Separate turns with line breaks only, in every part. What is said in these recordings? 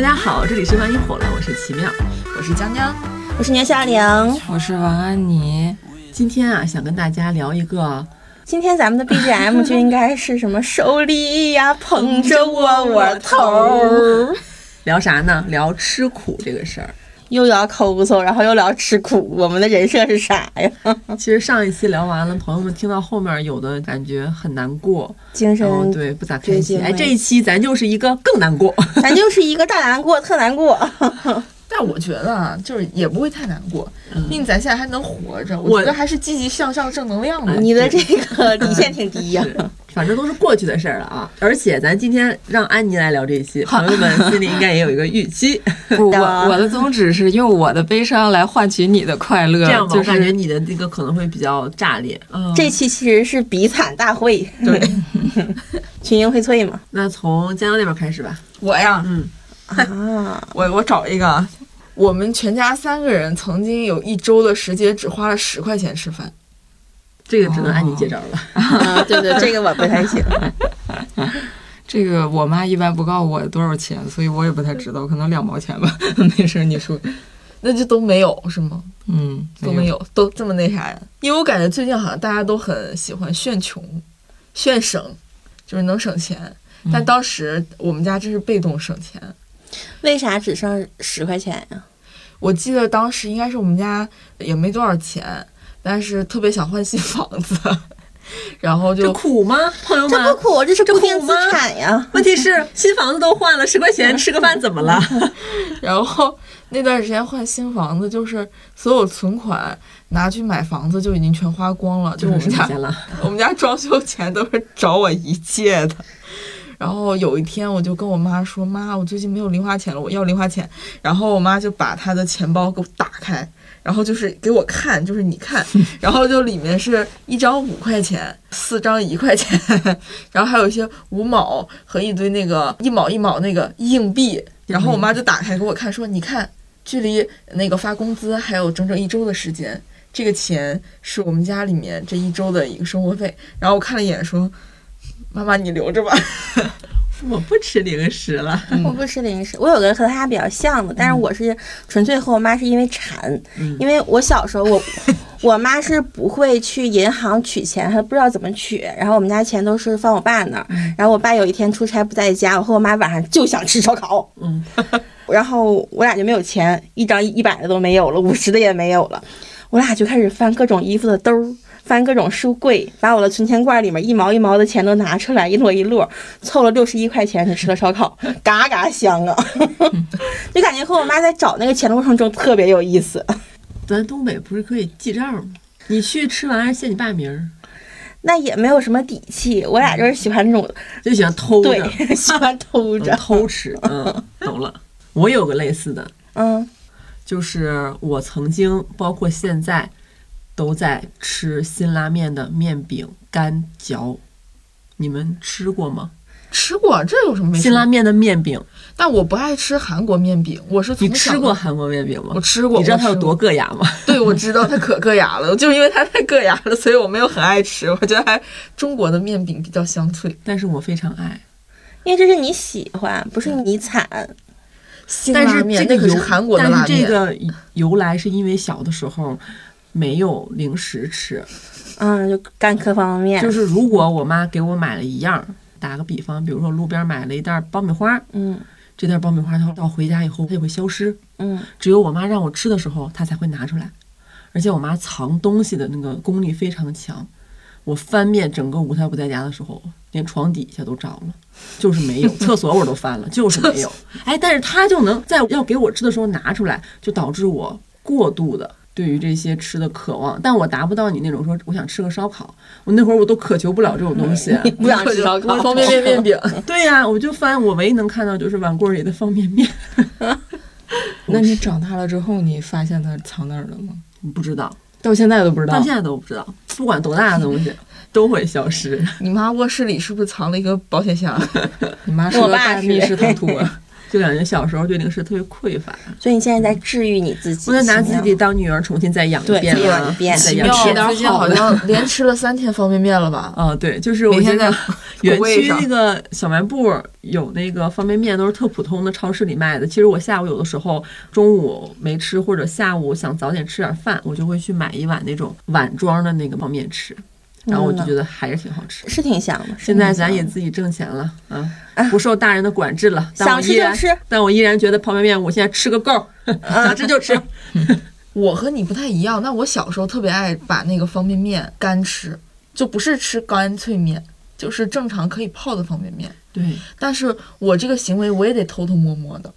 家好，这里是万一火了，我是奇妙，
我是江江，
我是年夏玲。
我是王安妮。
今天啊想跟大家聊一个
今天咱们的 BGM 就应该是什么手里呀捧着窝窝头儿，
聊啥呢？聊吃苦这个事儿。
又聊抠搜，然后又聊吃苦，我们的人设是啥呀？
其实上一期聊完了，朋友们听到后面有的感觉很难过，
精神
然后对不咋开
绝
心。
境
哎，
了
这一期咱就是一个更难过。
咱就是一个大难过特难过，
但我觉得啊，就是也不会太难过，毕竟咱现在还能活着，
我
嗯我觉嗯得还是积极向上、正能量的。
你的这个底线挺低呀、
反正都是过去的事儿了啊，而且咱今天让安妮来聊这一期，朋友们心里应该也有一个预期。 啊
不，
的
我我的宗旨是用我的悲伤来换取你的快乐，
这样吧，
就
我感觉
是
你的那个可能会比较炸裂。嗯，
这期其实是比惨大会，
对。
群英荟萃嘛。
那从江江那边开始吧。
我呀，
嗯，
啊，
我我找一个啊，我们全家三个人曾经有一周的时间只花了十块钱吃饭，
这个只能安妮接招了。
啊对对，这个我不太行。
这个我妈一般不告诉我多少钱，所以我也不太知道，可能两毛钱吧。没事，你说，
那就都没有是吗？
嗯，
都没有，都这么那啥呀？因为我感觉最近好像大家都很喜欢炫穷、炫省，就是能省钱。但当时我们家真是被动省钱。
为啥只剩十块钱呀、
我记得当时应该是我们家也没多少钱，但是特别想换新房子， 然后
这
就
苦吗，朋友
这
们
不？苦，这是固定
苦
资
吗
产呀。
问题是新房子都换了，十块钱吃个饭怎么了？
然后那段时间换新房子，就是所有存款拿去买房子就已经全花光了，就我们
十块
家
钱了。
我们家装修钱都是找我姨借的。然后有一天，我就跟我妈说：“妈，我最近没有零花钱了，我要零花钱。”然后我妈就把她的钱包给我打开，然后就是给我看，就是你看，然后就里面是一张五块钱，四张一块钱， 然后还有一些五毛和一堆那个一毛一毛那个硬币。然后我妈就打开给我看，说：“你看，距离那个发工资还有整整一周的时间，这个钱是我们家里面这一周的一个生活费。”然后我看了一眼，说：“妈妈，你留着吧。
我不吃零食了。
我不吃零食，我有个和他比较像的，但是我是纯粹和我妈是因为馋，
嗯
因为我小时候我我妈是不会去银行取钱，她不知道怎么取，然后我们家钱都是放我爸那儿，
嗯
然后我爸有一天出差不在家，我和我妈晚上就想吃烧烤，
嗯，
然后我俩就没有钱，一张一百的都没有了，五十的也没有了，我俩就开始翻各种衣服的兜儿。翻各种书柜，把我的存钱罐里面一毛一毛的钱都拿出来，一摞一摞，凑了六十一块钱，只吃了烧烤，嘎嘎香啊！
嗯
就感觉和我妈在找那个钱的过程中特别有意思。
咱东北不是可以记账吗？你去吃完写你爸名儿，
那也没有什么底气，我俩就是喜欢这种
就喜欢嗯偷着
对， 喜欢偷
嗯
着。
偷吃。 嗯，懂了。我有个类似的，
嗯，
就是我曾经，包括现在，都在吃辛拉面的面饼干嚼。你们吃过吗？”
吃过，这有什么没吃
辛
过？
拉面的面饼，
但我不爱吃韩国面饼，我是从
你
小
吃过？韩国面饼吗
我？吃过，
你知道
我
它有
吃
多
过？
硌牙吗？
对，我知道它可硌牙了，就是因为它太硌牙了，所以我没有很爱吃。我觉得还中国的面饼比较香脆。
但是我非常爱。
因为这是你喜欢，不是你惨。
辛
但
拉
是
面
这个
那可
由
是韩国的拉
但是这
面，
个由来是因为小的时候没有零食吃，
嗯，就干磕方便面。
就是如果我妈给我买了一样，打个比方，比如说路边买了一袋爆米花，
嗯
这袋爆米花它到回家以后它就会消失，
嗯，
只有我妈让我吃的时候她才会拿出来，而且我妈藏东西的那个功力非常强。我翻遍整个无菜不在家的时候，连床底下都找了，就是没 有。厕所我都翻了，就是没有。哎，但是她就能在要给我吃的时候拿出来，就导致我过度的对于这些吃的渴望。但我达不到你那种说我想吃个烧烤，我那会儿我都渴求不了这种东西。啊
不想吃烧
我
烤。
嗯方便面面饼。
对呀、我就翻我唯一能看到就是碗柜里的方便面。
那你长大了之后，你发现它藏哪儿了吗？
不知道，
到现在都不知
到
道。
现在都不知道，不管多大的东西都会消失。
你妈卧室里是不是藏了一个保险箱？
你妈
我
说
爸
大密
是
室逃脱，
就感觉小时候对零食特别匮乏。
所以你现在在治愈你自己，啊
我就拿
奇
自
妙
己当女儿重新再养一
对
遍
再养
啊
一，遍
再
奇
养
妙
一
吃
遍。
点
最近
好
好
的
像 连吃了三天方便面了吧？
啊，对，就是我
每天
现在
在
园
位
区
上
那个小卖部儿有那个方便面，都是特普通的超市里卖的。其实我下午有的时候中午没吃，或者下午想早点吃点饭，我就会去买一碗那种碗装的那个泡面吃，然后我就觉得还是挺好吃。
是挺香的。嗯
现在咱也自己挣钱了，啊，不受大人的管制了，但
哎想
我
吃
依
就
然，
吃
但我依然觉得泡面面我现在吃个够儿， 想吃就吃。
我和你不太一样，那我小时候特别爱把那个方便面干吃，就不是吃干脆面，就是正常可以泡的方便面。
对，
但是我这个行为我也得偷偷摸摸的，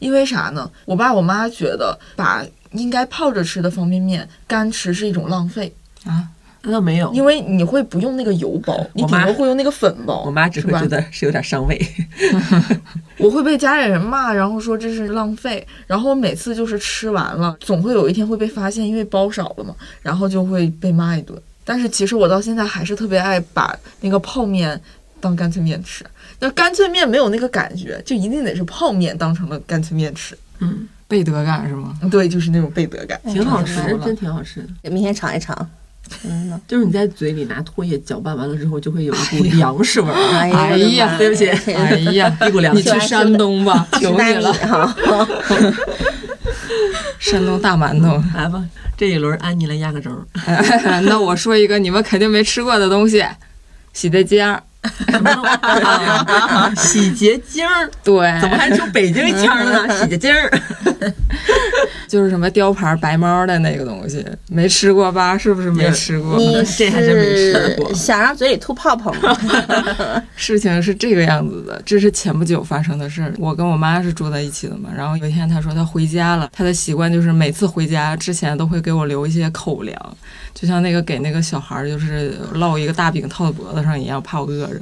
因为啥呢？我爸我妈觉得把应该泡着吃的方便面干吃是一种浪费，
啊，
那倒没有，
因为你会不用那个油包，你
我
顶
妈
多会用那个粉包。
我妈只
是
会
吧
觉得是有点伤胃。
我会被家里人骂，然后说这是浪费。然后我每次就是吃完了，总会有一天会被发现，因为包少了嘛，然后就会被骂一顿。但是其实我到现在还是特别爱把那个泡面当干脆面吃，那干脆面没有那个感觉，就一定得是泡面当成了干脆面吃。
嗯，
背德感是吗？
对，就是那种背德感。
挺好吃
太好，了
真挺好吃的。
明天尝一尝。嗯真的，
就是你在嘴里拿唾液搅拌完了之后，就会有一股粮食味儿。
哎
哎呀
我的妈
对不起
哎呀，
一股凉
你
气
去山 东吧，
吃
求
大
你
米
了，
哈，
山东大馒头。
来吧，这一轮安妮来压个轴 儿。
那我说一个你们肯定没吃过的东西，喜得尖儿。
啊洗洁精儿，
对，
怎么还出北京腔了 呢？洗洁精儿，
就是什么雕牌白猫的那个东西，没吃过吧？是不是没 吃过？
你
这还真没吃过
是想让嘴里吐泡泡 吗？
事情是这个样子的，这是前不久发生的事儿。我跟我妈是住在一起的嘛，然后有一天她说她回家了，她的习惯就是每次回家之前都会给我留一些口粮，就像那个给那个小孩儿就是烙一个大饼套在脖子上一样，怕我饿着。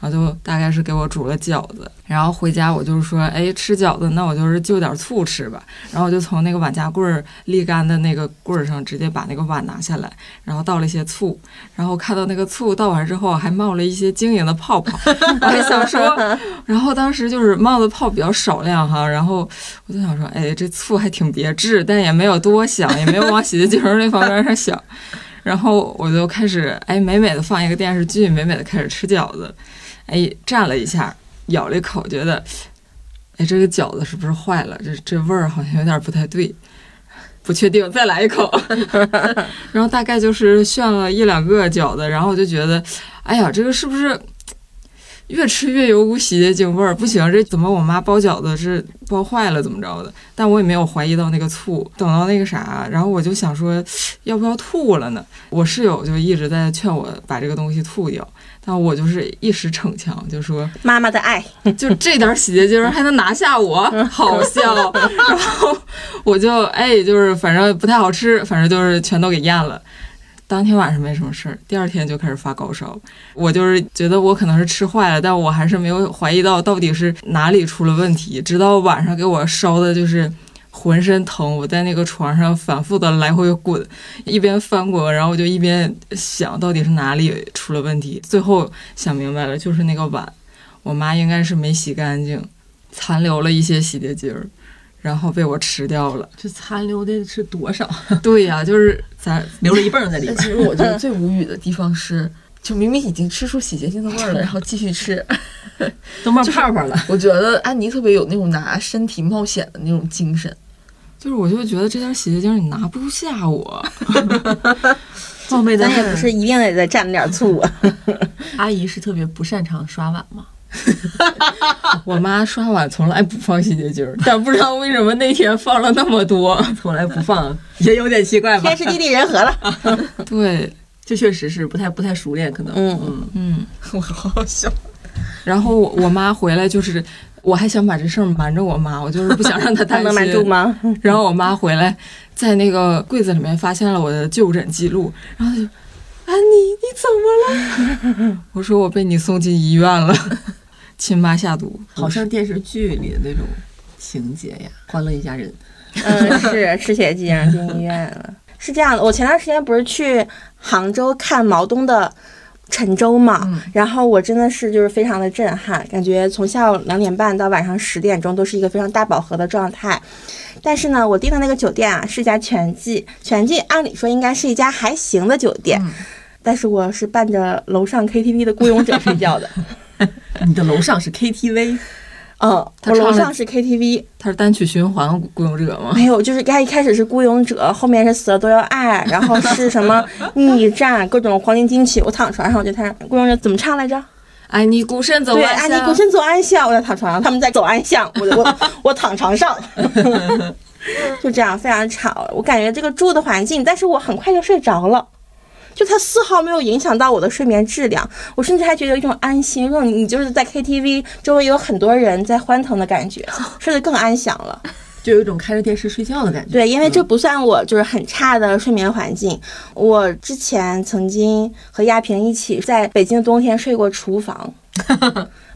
然后就大概是给我煮了饺子，然后回家我就是说，哎，吃饺子，那我就是就点醋吃吧。然后我就从那个碗夹棍儿沥干的那个棍儿上直接把那个碗拿下来，然后倒了一些醋，然后看到那个醋倒完之后还冒了一些晶莹的泡泡， 我还想说，然后当时就是冒的泡比较少量哈，然后我就想说，哎，这醋还挺别致，但也没有多想，也没有往洗洁精儿那方面上想。然后我就开始哎美美的放一个电视剧，美美的开始吃饺子，哎蘸了一下，咬了一口，觉得哎这个饺子是不是坏了？这这味儿好像有点不太对，不确定，再来一口。 然后大概就是炫了一两个饺子，然后我就觉得哎呀这个是不是？越吃越有股洗洁精味儿，不行，这怎么我妈包饺子是包坏了，怎么着的？但我也没有怀疑到那个醋，等到那个啥，然后我就想说，要不要吐了呢？我室友就一直在劝我把这个东西吐掉，但我就是一时逞强，就说
妈妈的爱，
就这点洗洁精还能拿下我，好笑。然后我就哎，就是反正不太好吃，反正就是全都给咽了。当天晚上没什么事儿，第二天就开始发高烧。我就是觉得我可能是吃坏了，但我还是没有怀疑到到底是哪里出了问题。直到晚上给我烧的就是浑身疼，我在那个床上反复的来回滚，一边翻滚，然后我就一边想到底是哪里出了问题。最后想明白了，就是那个碗。我妈应该是没洗干净，残留了一些洗洁精儿，然后被我吃掉了。
这残留的是多少？
对呀、就是咱
留了一半儿在里
但
边
其实 我 觉得最无语的地方是，就明明已经吃出洗洁精的味儿了，然后继续吃。
儿，都冒泡泡了。
我觉得安妮特别有那种拿身体冒险的那种精神。
就是我就觉得这点洗洁精儿你拿不下我，
冒昧的
咱也不是 一定得再蘸点醋啊。
阿姨是特别不擅长刷碗嘛，
我妈刷碗从来不放洗洁精儿，但不知道为什么那天放了那么多。
从来不放，也有点奇怪吧
天？时地利人和 了，
对，
这确实是不太不太熟练，可能。
嗯
嗯，
嗯，
我好好笑。
然后我我妈回来就是。我还想把这事儿瞒着我妈，我就是不想让她担
她能
心。
瞒住吗？
然后我妈回来，在那个柜子里面发现了我的就诊记录，然后她就，安妮，你怎么了？ 我说我被你送进医院了，亲妈下毒，
好像电视剧里的那种情节呀，《欢乐一家人》。
嗯，是吃血啊迹然后进医院了。是这样的，我前段时间不是去杭州看毛东的陈州嘛，
嗯
然后我真的是就是非常的震撼，感觉从下午两点半到晚上十点钟都是一个非常大饱和的状态。但是呢，我订的那个酒店啊是一家全季，全季按理说应该是一家还行的酒店，
嗯
但是我是伴着楼上 KTV 的雇佣者睡 觉的。
你的楼上是 KTV，
嗯，
他
我楼
唱了
上是 KTV，
他是单曲循环雇佣者吗？
没有，哎就是他一开始是孤勇者，后面是死了都要爱，然后是什 么逆战，各种黄金金曲。我躺床上，我就开始孤勇者怎么唱来着？
爱你孤身走
对，
暗
啊
安妮
巷
孤身走啊暗巷，我在躺床上，他们在走暗巷，我 我我躺床上， 就这样非常吵。我感觉这个住的环境，但是我很快就睡着了。就它丝毫没有影响到我的睡眠质量，我甚至还觉得有一种安心，让你就是在 KTV 周围有很多人在欢腾的感 觉，睡得更安详了。
就有一种开着电视睡觉的感觉。
对，因为
嗯
这不算我就是很差的睡眠环境。我之前曾经和亚萍一起在北京冬天睡过厨 房，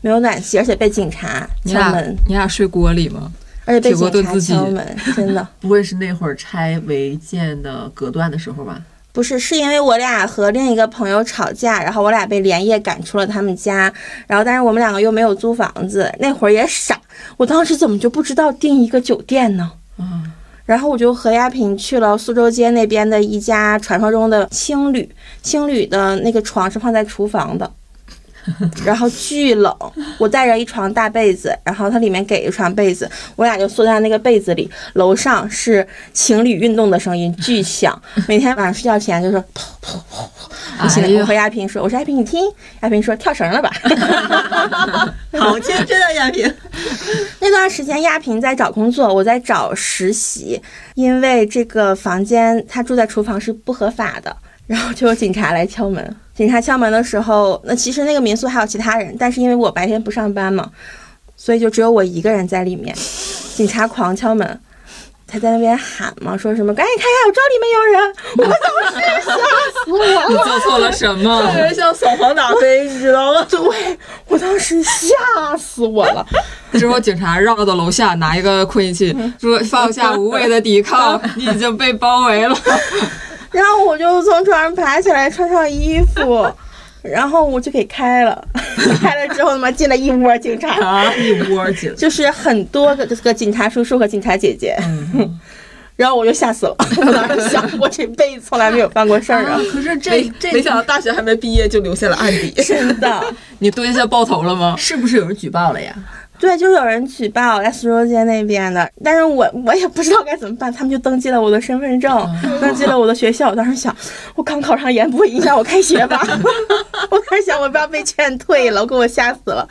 没有暖气，而且被警察
你
敲
俩
门，
你俩睡锅里吗？
而且被
铁锅
警
炖
察
自己
敲门，真的
不会是那会儿拆违建的隔断的时候吧？
不是，是因为我俩和另一个朋友吵架，然后我俩被连夜赶出了他们家，然后但是我们两个又没有租房子，那会儿也傻，我当时怎么就不知道订一个酒店呢？
啊，
然后我就和亚萍去了苏州街那边的一家传说中的青旅，青旅的那个床是放在厨房的，然后巨冷，我带着一床大被子，然后它里面给一床被子，我俩就缩在那个被子里。楼上是情侣运动的声音，巨响，每天晚上睡觉前就说噗噗噗噗，我起
哎
来
呀
我和亚萍说，我说亚萍你听，亚萍说跳绳了吧。
好天真啊，亚萍。
那段时间，亚萍在找工作，我在找实习，因为这个房间她住在厨房是不合法的，然后就有警察来敲门。警察敲门的时候，那其实那个民宿还有其他人，但是因为我白天不上班嘛，所以就只有我一个人在里面。警察狂敲门，他在那边喊嘛，说什么“赶紧开开，我知道里面有人”，
你做错了什么？
有点像扫黄打非，你知道吗？对，我当时吓死我了。
之后警察绕到楼下拿一个扩 音器，说放下无谓的抵抗，你已经被包围了。
然后我就从床上爬起来，穿上衣服，然后我就给开了。 开了之后，他妈进来一窝警察，
啊，一窝进来。
就是很多个这个警察叔叔和警察姐姐。 然后我就吓死了，我当时想，我这辈子从来没有办过事儿 啊，
可是这
没没
这
想到大学还没毕业就留下了案底。
真的。
你蹲下爆头了吗？
是不是有人举报了呀？
对，就有人举报在苏州街那边的，但是我我也不知道该怎么办，他们就登记了我的身份证，
嗯
登记了我的学校。我当时想，我刚考上研，不会影响我开学吧？ 我当时想，我不要被劝退了，我给我吓死了。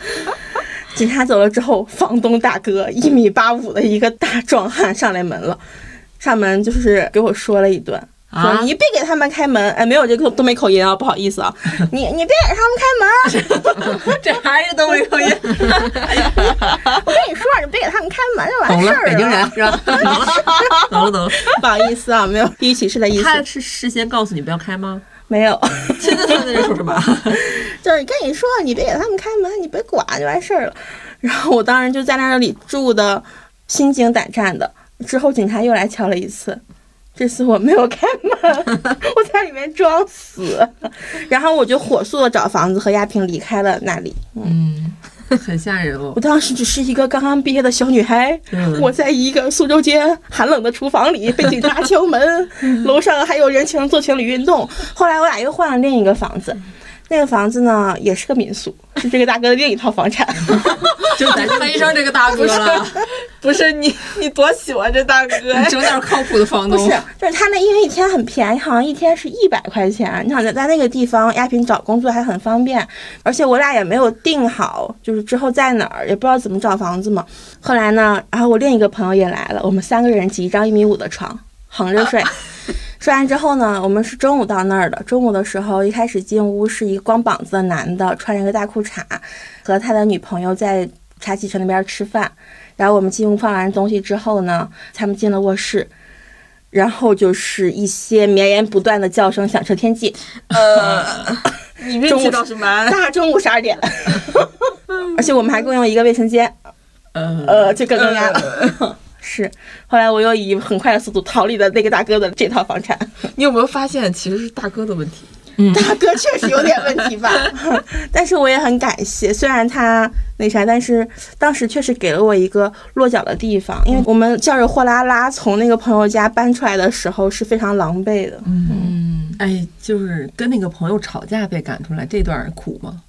警察走了之后，房东大哥一米八五的一个大壮汉上来门了，上门就是给我说了一顿。
啊
说你别给他们开门，哎，没有这个东北口音啊，不好意思啊，你你别给他们开 门，
这还是东北口音。
我跟你说，你别给他们开门就完
懂
事
了
儿，
北京人是 吧？懂了，懂了，懂了。
不好意思啊，没有地域歧视的意思，
他是事先告诉你不要开吗？
没有，
现在他在这说什么？
就是跟你说，你别给他们开门，你别管就完事儿了。 然后我当时就在那里住的心惊胆战的。之后警察又来敲了一次，这次我没有开门，我在里面装死。 然后我就火速的找房子和亚萍离开了那里。
嗯，
很吓人哦
我。当时只是一个刚刚毕业的小女孩，
嗯
我在一个苏州街寒冷的厨房里被警 察敲门，
嗯
楼上还有人情做情侣运动。后来我俩又换了另一个房子，那个房子呢也是个民宿，是这个大哥的另一套房产。
就咱
看医生这个大哥 了，
不是 你， 你多喜欢这大哥呀？
整点靠谱的房
不
东
是。，就是他那，因为一天很便宜，好像一天是一百块钱。你想在在那个地方，亚萍找工作还很方便，而且我俩也没有定好，就是之后在哪儿，也不知道怎么找房子嘛。后来呢，然后我另一个朋友也来了，我们三个人挤一张一米五的床，横着睡。睡完之后呢，我们是中午到那儿的。中午的时候，一开始进屋是一个光膀子的男的，穿着一个大裤衩，和他的女朋友在茶几城那边吃饭。然后我们进屋放完东西之后呢，他们进了卧室，然后就是一些绵延不断的叫声响彻天际。
呃，你运气倒是蛮……
大中午十二 点，而且我们还共用一个卫生间，
呃，
呃，这更更压了。 是，后来我又以很快的速度逃离了那个大哥的这套房产。
你有没有发现其实是大哥的问题？
大哥确实有点问题吧， 但是我也很感谢，虽然他那啥，但是当时确实给了我一个落脚的地方，因为我们叫着货拉拉从那个朋友家搬出来的时候是非常狼狈的，
嗯，
哎，就是跟那个朋友吵架被赶出来，这段苦吗？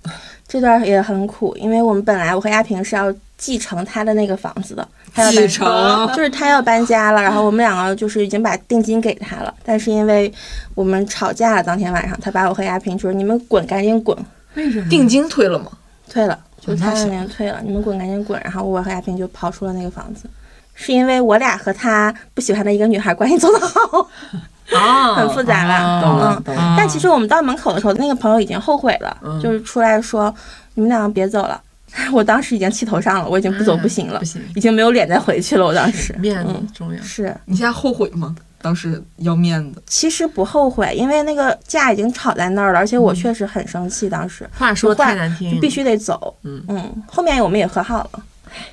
这段也很苦，因为我们本来我和亚萍是要继承他的那个房子的，他要
继
搬
承
就是他要搬家了，然后我们两个就是已经把定金给他了，但是因为我们吵架了，当天晚上他把我和亚萍说：“你们滚，赶紧滚，
为什么？
定金退了吗？
退了，就是
那
他
行
那边退了，你们滚，赶紧滚。”然后我和亚萍就跑出了那个房子，是因为我俩和他不喜欢的一个女孩关系走得好，
啊，
很复杂啦。
懂了
啊
嗯
懂了。
但其实我们到门口的时候，那个朋友已经后悔了，
嗯
就是出来说：“你们两个别走了。” 我当时已经气头上了，我已经不走不行了，
嗯不行，
已经没有脸再回去了。我当时
面子
嗯、
重要。
是，
你现在后悔吗？当时要面子，
其实不后悔，因为那个架已经吵在那儿了，而
嗯
且我确实很生气，当时
话说太难听，
必须得走。
嗯
后面我们也和好了，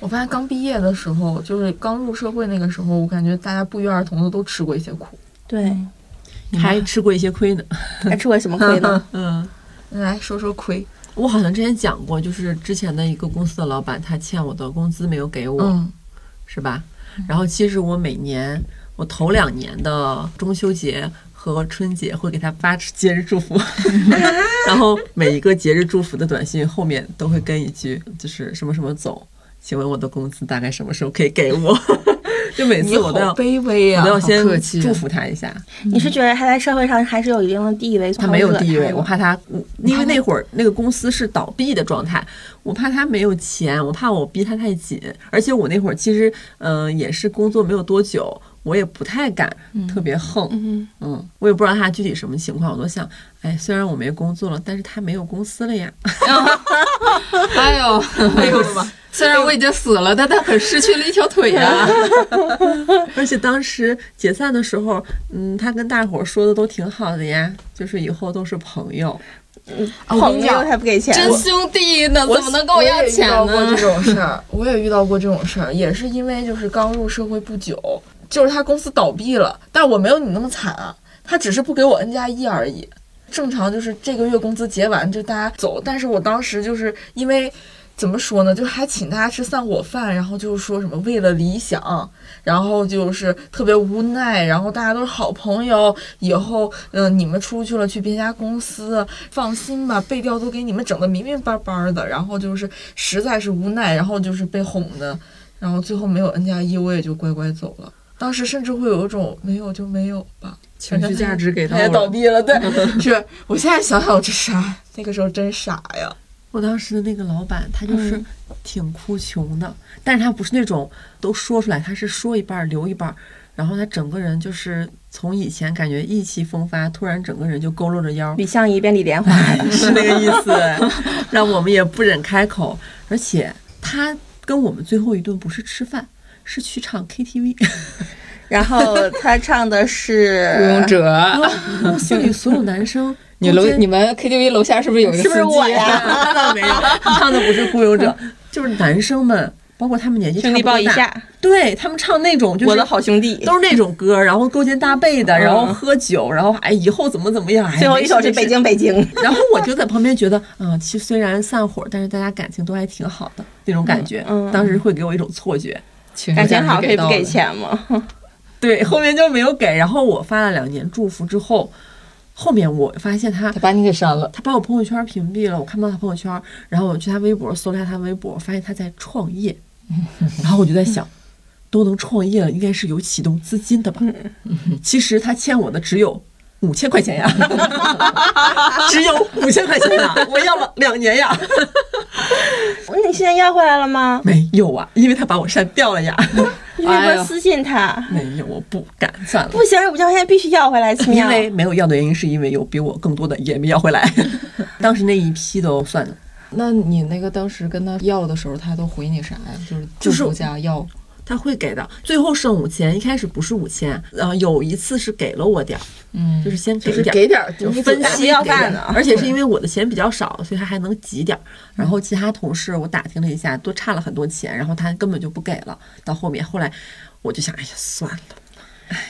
我发现刚毕业的时候，就是刚入社会那个时候，我感觉大家不约而同的都吃过一些苦。
对，
还吃过一些亏呢。
还嗯吃过什么亏 呢？
嗯，
来说说亏，
我好像之前讲过，就是之前的一个公司的老板，他欠我的工资没有给我，
嗯
是吧？
嗯
然后其实我每年，我头两年的中秋节和春节会给他发节日祝 福， 然后每一个节日祝福的短信后面都会跟一句，就是什么什么总，请问我的工资大概什么时候可以给我？ 就每
你
次
好
我都要，我
卑微呀、
都要
啊！
先
客气啊
祝 福他一下。
嗯你是觉得他在社会上还是有一定的地位？
他没
哦
有地
怕惹
哎
位，
他
我
吗
怕他，因为那会儿那个公司是倒闭的状态，我怕他没有钱，我怕我逼他太紧，而且我那会儿其实，嗯、也是工作没有多久，我也不太敢特别横，
嗯，
嗯，我也不知道他具体什么情况，我都想，哎，虽然我没工作了，但是他没有公司了呀，
哎呦，
没有了吧？
虽然我已经死了，但他可失去了一条腿呀、
而且当时解散的时候，嗯，他跟大伙儿说的都挺好的呀，就是以后都是朋友，
啊我跟
朋
你
友
讲，
还不给钱，
真兄弟呢，怎么能跟
我
要钱
也遇到过
呢
这？ 种事儿，我也遇到过这种事儿，也是因为就是刚入社会不久，就是他公司倒闭了，但我没有你那么惨啊，他只是不给我 N 加一而已。正常就是这个月工资结完就大家走，但是我当时就是因为怎么说呢，就还请大家吃散伙饭，然后就是说什么为了理想，然后就是特别无奈，然后大家都是好朋友，以后嗯、呃你们出去了去别家公司，放心吧，背调都给你们整的明明白白的，然后就是实在是无奈，然后就是被哄的，然后最后没有 N 加一，我也就乖乖走了。当时甚至会有一种没有就没有吧，
情绪价值给到
他
哎
也倒
哎了，
闭了。对， 是我现在想想，我这傻，那个时候真傻呀。
我当时的那个老板，他就是
嗯
挺哭穷的，但是他不是那种都说出来，他是说一半儿留一半儿，然后他整个人就是从以前感觉意气风发，突然整个人就佝偻着腰，。
李相宜变李莲花了
是那个意思， 让我们也不忍开口。而且他跟我们最后一顿不是吃饭，是去唱 KTV，
然后他唱的是
《雇佣者》
公司里所有男生，
啊 你
中
楼
间
你们 KTV 楼下是不是有一个
是不是
司机
我呀？
啊那没有，唱的不是雇佣者， 就是男生们，包括他们年纪差
兄
不
弟
多
抱一
大，
下，
对他们唱那种就是
我的好兄弟
都。是那种歌，然后勾肩搭背的，然后喝酒，然后哎，以后怎么怎么样， 哎
嗯最后一首是《北。京北京》，
没事没事然后我就在旁边觉得，啊，其实虽然散伙，但是大家感情都还挺好的那种感觉。
嗯嗯
当时会给我一种错觉。
情
感
绪
情
价
好
值
可以不
到
给
了
钱吗？
对，后面就没有给。然后我发了两年祝福之后，后面我发现他
他把你给删了。
他把我朋友圈屏蔽了，我看不到他朋友圈。然后我去他微博搜了一下他微博，发现他在创 业。然后我就在想，都能创业了，应该是有启动资金的吧？
嗯
其实他欠我的只有五千块 钱呀，只有五千块钱呀，我要了两年呀，
哦你现在要回来了吗？
没有啊，因为他把我删掉了呀，
你微博私信他，
没有，我不敢算了
不。行，我现在必须要回来，亲
因
娘。
为没有要的原因，是因为有比我更多的也没要回 来。当时那一批都算了，
那你那个当时跟他要的时候，他都回你啥呀？就是祝
就是
福加要，
他会给的，最后剩五千，一开始不是五千，呃，有一次是给了我点儿，
嗯，哎
就是先给
就是
一点儿，
给点儿
就
你
分
总
析
要
给点
饭
儿
呢
而且是因为我的钱比较少，所以他还能挤点儿。然后其他同事我打听了一下，都差了很多钱，然后他根本就不给了。到后面后来我就想，哎呀，算了，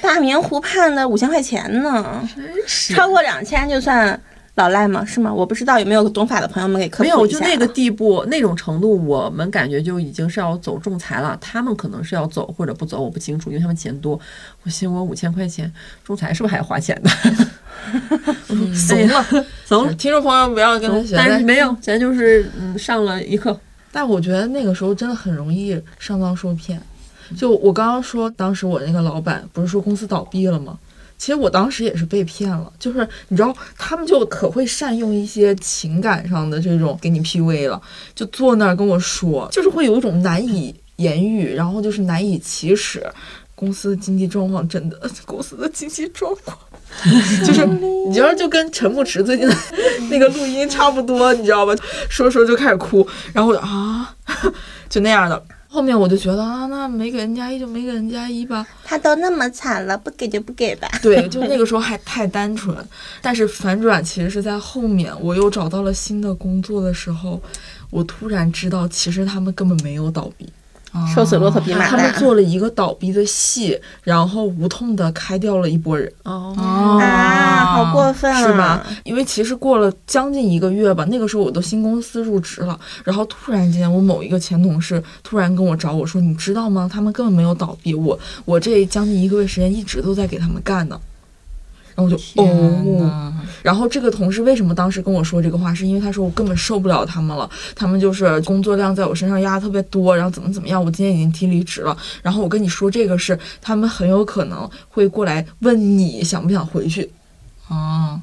大明湖畔的五千块钱呢，
真是
超过两千就算老赖吗？是吗？我不知道有没有懂法的朋友们给科普
没
一下啊。
有，就那个地步，那种程度，我们感觉就已经是要走仲裁了。他们可能是要走或者不走，我不清楚，因为他们钱多。我寻我五千块钱，仲裁是不是还要花钱的？ 我说怂了，怂了。
听众朋友不要跟他学，
但是没有，咱就是嗯上了一课，
但我觉得那个时候真的很容易上当受骗。就我刚刚说，当时我那个老板不是说公司倒闭了吗？其实我当时也是被骗了，就是你知道，他们就可会善用一些情感上的这种给你 PUA 了，就坐那儿跟我说，就是会有一种难以言喻，然后就是难以启齿。公司的经济状况真的， 公司的经济状况，就是你觉得就跟陈牧驰最近的那个录音差不多，你知道吧？说说就开始哭，然后我就啊， 就那样的。后面我就觉得啊，那没给人家一就没给人家一吧。
他都那么惨了，不给就不给吧。
对，就那个时候还太单纯。但是反转其实是在后面，我又找到了新的工作的时候，我突然知道，其实他们根本没有倒闭，
瘦死骆驼比马
他们
大。
做了一个倒闭的戏，然后无痛的开掉了一波人。
哦，
哦
啊，好过分啊！
是吧？？因为其实过了将近一个月吧，那个时候我都新公司入职了，然后突然间我某一个前同事突然跟我找我说，你知道吗？他们根本没有倒闭，我我这将近一个月时间一直都在给他们干呢。然后我就
天
哦，
呐
然后这个同事为什么当时跟我说这个话，是因为他说我根本受不了他们了，他们就是工作量在我身上压得特别多，然后怎么怎么样，我今天已经提离职了。然后我跟你说这个是他们很有可能会过来问你想不想回去，
哦，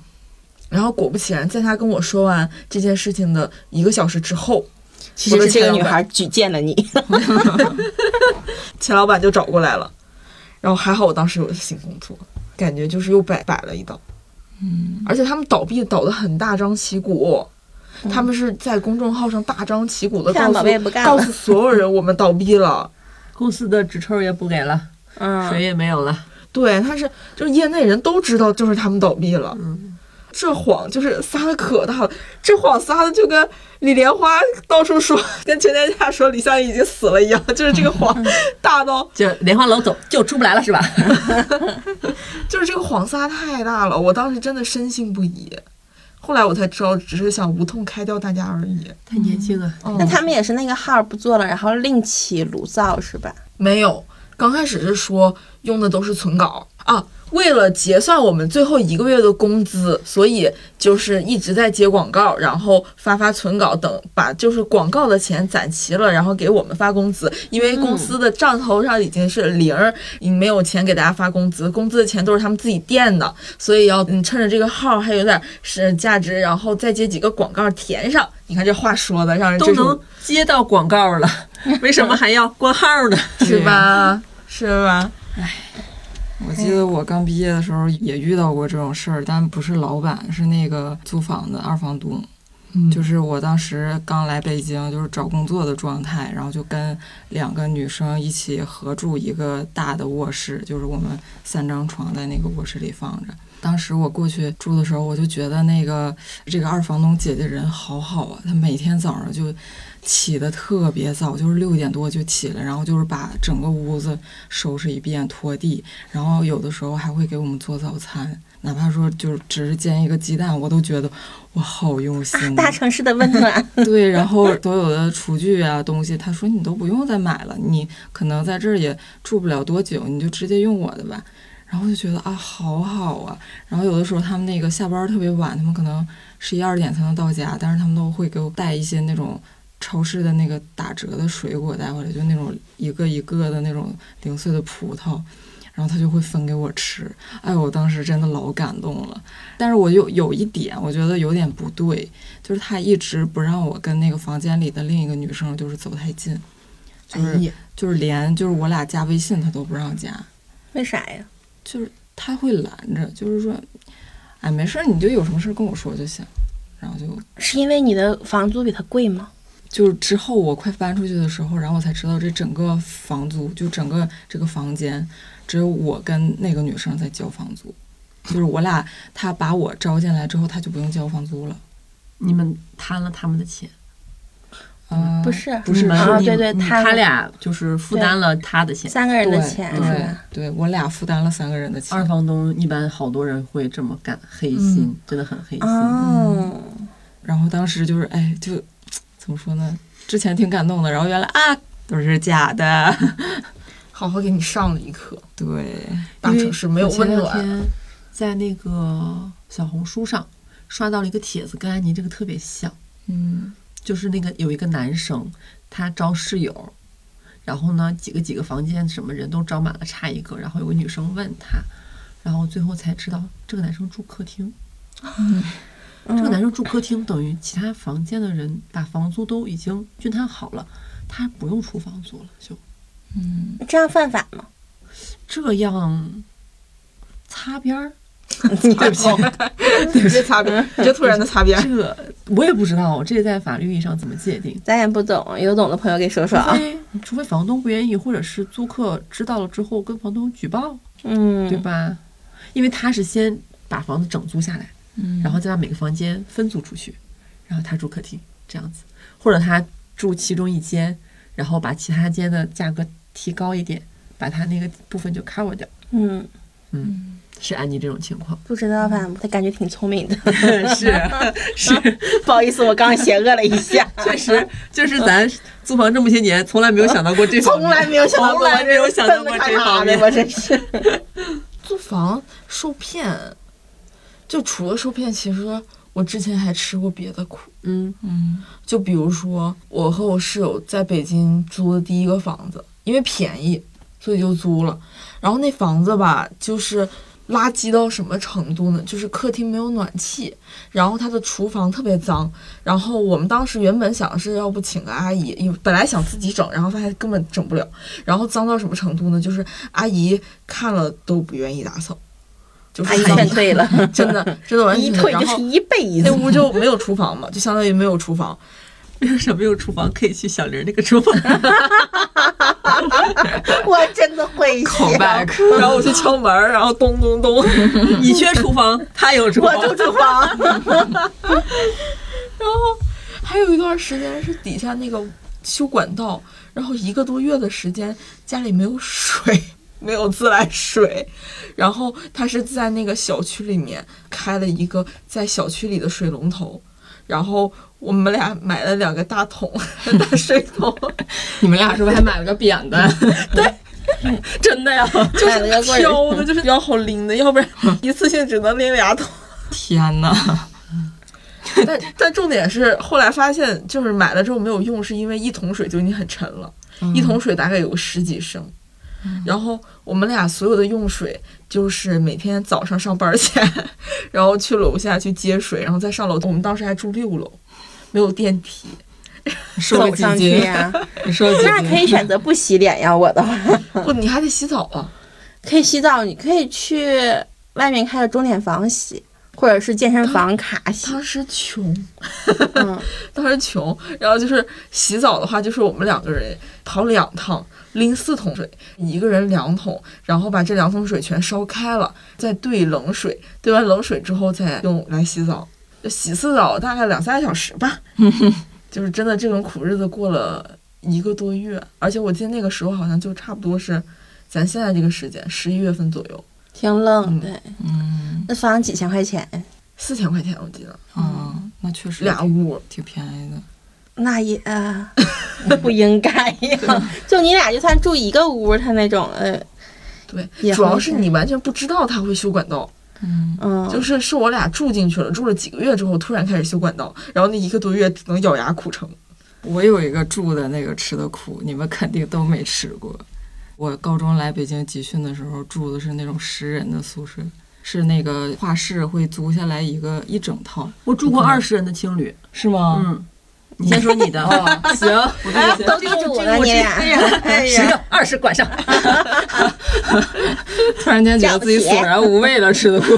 然后果不其然，在他跟我说完这件事情的一个小时之后，
其实是这个女孩举荐了你，
钱老板就找过来了。然后还好我当时有新工作，感觉就是又摆摆了一道。嗯，而且他们倒闭倒得很大张旗鼓，
嗯
他们是在公众号上大张旗鼓的
这样
告
宝
诉
贝不干
告
了。
诉所有人我们倒闭了。
公司的职称也不给了，谁
嗯，
也没有了。
对，他是就是业内人都知道，就是他们倒闭了。
嗯
这谎就是撒的可大了，这谎撒的就跟李莲花到处说，跟全天下说李湘已经死了一样，就是这 个谎
嗯
大到，
就莲花楼走就出不来了是吧？
就是这个谎撒太大了，我当时真的深信不疑。后来我才知道，只是想无痛开掉大家而已。
太年轻了，
那他们也是那个号不做了，然后另起炉灶是吧？
没有，刚开始是说用的都是存稿啊。为了结算我们最后一个月的工资，所以就是一直在接广告，然后发发存稿等，把就是广告的钱攒齐了，然后给我们发工资。因为公司的账头上已经是零儿，你没有钱给大家发工资，工资的钱都是他们自己垫的，所以要嗯趁着这个号还有点是价值，然后再接几个广告填上。你看这话说的，让人
都
这种
能接到广告了，为什么还要挂号呢？
是 吧？是吧？
我记得我刚毕业的时候也遇到过这种事儿，但不是老板，是那个租房的二房东。就是我当时刚来北京，就是找工作的状态，然后就跟两个女生一起合住一个大的卧室，就是我们三张床在那个卧室里放着。当时我过去住的时候，我就觉得那个这个二房东姐姐人好好啊，她每天早上就起得特别早，就是六点多就起来，然后就是把整个屋子收拾一遍，拖地，然后有的时候还会给我们做早餐，哪怕说就是只是煎一个鸡蛋，我都觉得哇，好用心、啊
大城市的温暖，
对，然后所有的厨具啊东西，他说你都不用再买了，你可能在这儿也住不了多久，你就直接用我的吧。然后就觉得啊，好好啊。然后有的时候他们那个下班儿特别晚，他们可能十一二点才能到家，但是他们都会给我带一些那种超市的那个打折的水果带回来，就那种一个一个的那种零碎的葡萄，然后他就会分给我吃。哎，我当时真的老感动了。但是我有有一点，我觉得有点不对，就是他一直不让我跟那个房间里的另一个女生就是走太近，
哎
就是、就是连就是我俩加微信他都不让加，
为啥呀？
就是他会拦着，就是说，哎，没事儿，你就有什么事儿跟我说就行。然后就是
因为你的房租比他贵吗？
就是之后我快搬出去的时候，然后我才知道这整个房租就整个这个房间，只有我跟那个女生在交房租，就是我俩他把我招进来之后，他就不用交房租了。
你们贪了他们的钱，
嗯、啊，
不是，
不是
嗯
瞒
啊，
你
对对，
你
他
他俩就是负担了他的钱。
三个人
对
的钱是
对
吧？
对，我俩负担了三个人的钱
二。房东一般好多人会这么干，黑心，真的很黑心。
哦，
然后当时就是哎，就怎么说呢？之前挺感动的，然后原来啊都是假的，
好好给你上了一课。
对，
大城市没有温
我前
暖，
两天在那个小红书上刷到了一个帖子，跟安妮这个特别像，
嗯，
就是那个有一个男生，他招室友，然后呢几个几个房间什么人都招满了，差一个，然后有个女生问他，然后最后才知道这个男生住客厅，这
这
个男生住客厅等于其他房间的人把房租都已经均摊好了，他不用出房租了，就
嗯这样犯法吗？
这样擦边儿。
对不起，直接擦边，直接突然的 擦边。
这个我也不知道，这个在法律意义上怎么界定？
咱也不懂，有懂的朋友给说说
除
啊。
非除非房东不愿意，或者是租客知道了之后跟房东举报，
嗯，
对吧？因为他是先把房子整租下来，
嗯
然后再把每个房间分租出去，然后他住客厅这样子，或者他住其中一间，然后把其他间的价格提高一点，把他那个部分就 cover 掉。
嗯，
是安妮这种情况，
不知道吧？他感觉挺聪明的，
是是，
不好意思，我刚刚邪恶了一下，
确实就是咱租房这么些年，从来没有想到过这方
从
面，
来没有想到
从
过，
来没有想到过
我
这
这
方面。
我真是。
租房受骗，就除了受骗，其实我之前还吃过别的苦。
嗯
嗯
就比如说，我和我室友在北京租的第一个房子，因为便宜，所以就租了。然后那房子吧，就是垃圾到什么程度呢？就是客厅没有暖气，然后它的厨房特别脏。然后我们当时原本想是要不请个阿姨，因为本来想自己整，然后发现根本整不了。然后脏到什么程度呢？就是阿姨看了都不愿意打扫，就是
阿姨
脏
劝退了，
真的真的 完
一
全
退
然
就是
后
一辈
那
子。
屋就没有厨房嘛，就相当于没有厨房。
为什么有厨房可以去小玲那个厨房？
我真的 会笑，
，callback，
然后我去敲门儿，然后咚咚咚，
你缺厨房，他有厨
我
房。
住厨房，
然后还有一段时间是底下那个修管道，然后一个多月的时间家里没有水， 没有自来水，然后他是在那个小区里面开了一个在小区里的水龙头，然后我们俩买了两个大桶 大水 桶，
你们俩是不是还买了个扁担？对，真的呀！
就
买了个棍
是
儿
挑的，就 是比较好拎的，要不然一次性只能拎俩桶。
天哪，
但但重点是，后来发现就是买了之后没有用，是因为一桶水就已经很沉了，一桶水大概有个十几升。然后我们俩所有的用水就是每天早上上班前，然后去楼下去接水，然后再上楼。我们当时还住六楼，没有电梯。
瘦了
走
几
上去啊
斤？
呀。
你瘦了几斤？
那可以选择不洗脸呀，我的话
不，你还得洗澡啊！
可以洗澡，你可以去外面开的钟点房洗，或者是健身房卡洗。
当时穷，
嗯，
当时穷，然后就是洗澡的话，就是我们两个人跑两趟，拎四桶水，一个人两桶，然后把这两桶水全烧开了，再兑冷水，兑完冷水之后再用来洗澡，就洗次澡大概两三个小时吧。就是真的这种苦日子过了一个多月，而且我记得那个时候好像就差不多是咱现在这个时间，十一月份左右，
挺冷
嗯
的，
嗯
那房几千块钱，
四千块钱我记得
啊，
嗯
那确实
俩屋，
挺便宜的。
那也、 啊不应该呀。 就你俩就算住一个屋，他那种呃，
对
也，
主要
合
是
适
你完全不知道他会修管道。
嗯，
嗯，
就是是我俩住进去了，住了几个月之后，突然开始修管道，然后那一个多月只能咬牙苦撑。
我有一个住的那个吃的苦，你们肯定都没吃过。 我高中来北京集训的时候住的是那种十人的宿舍，是那个画室会租下来一个一整套，
我住过二十人的青旅，
是吗？
嗯，你先说你的，行，我跟你
哎都地主呢，你俩。 哎
十
呀，
个二十 管上，
突然间觉得自己索然无味了，吃的苦，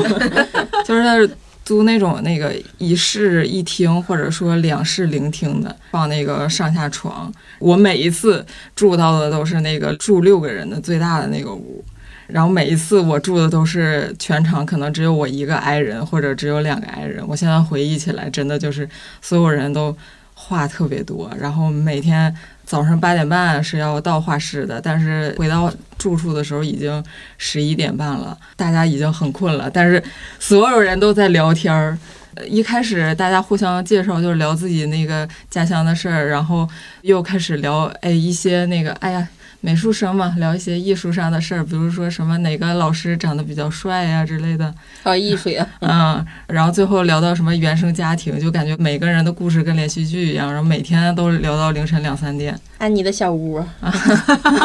就是他是租那种那个一室一厅或者说两室零厅的，放那个上下床。我每一次住到的都是那个住六个人的最大的那个屋。然后每一次我住的都是全场，可能只有我一个 i 人，或者只有两个 i 人。我现在回忆起来，真的就是所有人都话特别多，然后每天早上八点半是要到画室的，但是回到住处的时候已经十一点半了，大家已经很困了，但是所有人都在聊天儿。呃一开始大家互相介绍，就是聊自己那个家乡的事儿，然后又开始聊哎一些那个哎呀美术生嘛，聊一些艺术上的事儿，比如说什么哪个老师长得比较帅呀、之类的。
还
哎
有艺术呀，
嗯，然后最后聊到什么原生家庭，就感觉每个人的故事跟连续剧一样，然后每天都聊到凌晨两三点。
安妮哎的小屋，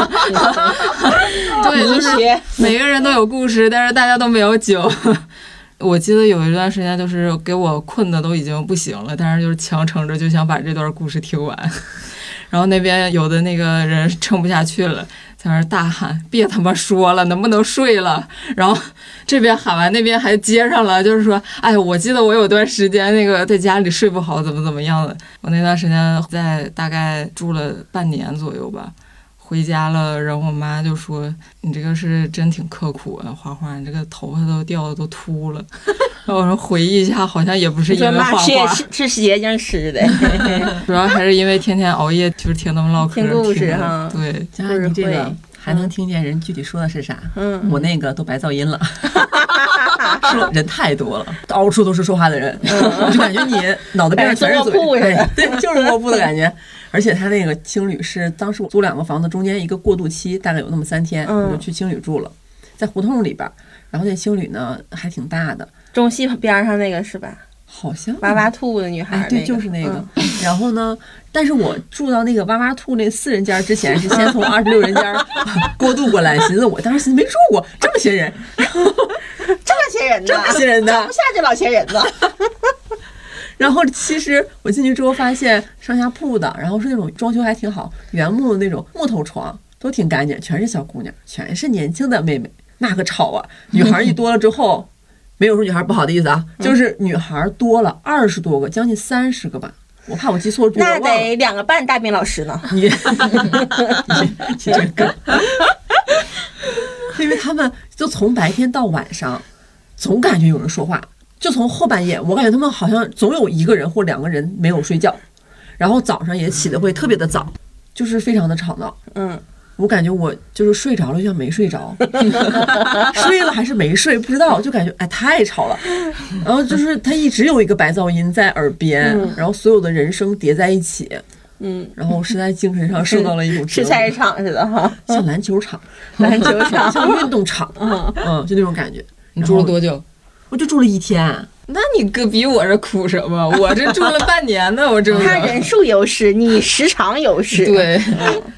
对，
医
就是
学，
每个人都有故事，但是大家都没有酒。 我记得有一段时间，就是给我困的都已经不行了，但是就是强撑着就想把这段故事听完。然后那边有的那个人撑不下去了，在那儿大喊：“别他妈说了，能不能睡了？”然后这边喊完，那边还接上了，就是说：“哎，我记得我有段时间那个在家里睡不好，怎么怎么样的。我那段时间在大概住了半年左右吧，回家了，然后我妈就说：“你这个是真挺刻苦啊，花花，你这个头发都掉的都秃了。” 然后我说回忆一下，好像也不是因
这
为
嘛
画
吃也
画，
吃吃鞋精吃 的，
主要还是因为天天熬夜，就是听他们唠嗑，
听故事
的
哈
对，
加上你这
就是
个
会
还能听见人具体说的是啥，
嗯，
我那个都白噪音了，说人太多了，到处都是说话的人，我就感 觉你脑袋边上全是
嗯感觉跟卧铺
嘴，
似的
哎对，就是卧铺的感觉。而且他那个青旅是当时我租两个房子，中间一个过渡期，大概有那么三天，
嗯
我就去青旅住了，在胡同里边儿。然后那青旅呢还挺大的，
中戏边上那个是吧？
好像
哇哇兔的女孩儿
哎，
那
对，
个，
就是那个
嗯。
然后呢，但是我住到那个哇哇兔那四人间儿之前，是先从二十六人间儿 过渡过来，寻思我当时寻思没住过这么些人，
这么些人呢，
这么些人呢
不。下这老些人 呢，
然后其实我进去之后发现上下铺的，然后是那种装修还挺好，原木的那种木头床，都挺干净，全是小姑娘，全是年轻的妹妹，那可吵啊！女孩一多了之后，没有说女孩不好的意思啊，就是女孩多了二十多个，将近三十个吧。我怕我记错住了，
那
忘了
得两个半大兵老师呢。
你 你你这个， 因为他们就从白天到晚上，总感觉有人说话，就从后半夜，我感觉他们好像总有一个人或两个人没有睡觉，然后早上也起得会特别的早，就是非常的吵闹。
嗯，
我感觉我就是睡着了，就像没睡着， 睡了还是没睡，不知道，就感觉哎太吵了。然后就是他一直有一个白噪音在耳边，然后所有的人声叠在一起，
嗯，
然后实在精神上受到了一种折
是
磨
菜市场似的哈，
像篮球场、
篮球 场。
像运动 场，嗯，就那种感觉。
你住了多久？
我就住了一天，
那你哥比我这苦什么？我这住了半年 呢，我这
他人数优势，你时长优 势。，
对，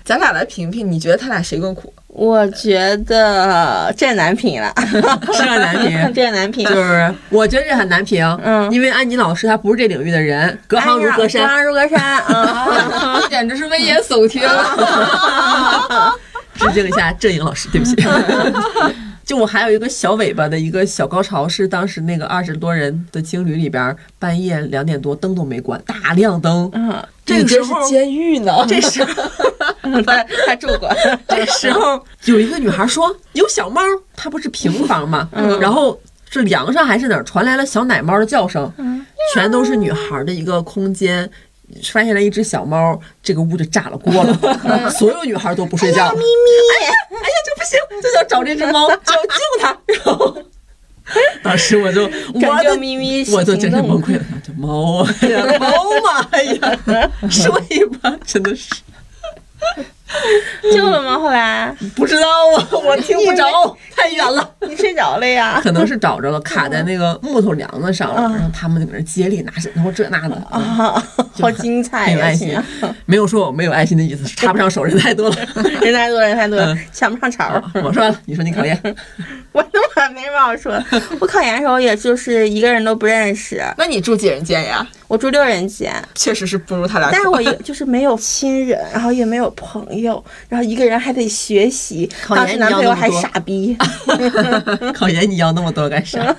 咱俩来评评，你觉得他俩谁更苦？
我觉得这难评了，
是很难评，
这难评。
就是我觉得这很难评，
嗯哎
因为安妮老师她不是这领域的人，隔行如隔
隔
山，
行如隔山 啊！
简直是危言耸听。
致敬一下郑颖老师，对不起。
嗯
就我还有一个小尾巴的一个小高潮，是当时那个二十多人的青旅里边，半夜两点多灯都没关，大亮灯，
嗯，
这个时
你
候
是监狱呢？
这时候
他他住过，
这时候 有一个女孩说有小猫，它不是平房嘛，然后是梁上还是哪儿传来了小奶猫的叫声，全都是女孩的一个空间。发现了一只小猫，这个屋就炸了锅了，所有女孩都不睡觉，咪咪，哎呀，哎呀，这不行，就想找这只 猫，就要救它。然后当时我就
拯
我
救
的
咪咪
我就真
行
是崩
动。
溃了，这猫 啊，哎呀猫嘛，哎呀，睡吧，真的是
救了吗？后来
不知道啊，我听不着，太远了。
你睡着了呀？
可能是找着了，卡在那个木头梁子上了，然后他们在那儿接力拿枕头这那的，嗯
啊，
就
好
很
精彩
很有
呀！
爱
亲
心，没有说我没有爱心的意思，是插不上手人太多了。
啊人太多，人太多
嗯，
抢不上潮儿。
我说完了，你说你考验，
我他妈没什么好说的。我考研的时候，也就是一个人都不认识，
那你住几人间呀？
我住六人间，
哎
确实是不如他俩苦。
但是 我也就是没有亲人，然后也没有朋友，然后一个人还得学习。
考研
当时男朋友还
你要那
傻
么
逼，
考研你要那么多干啥？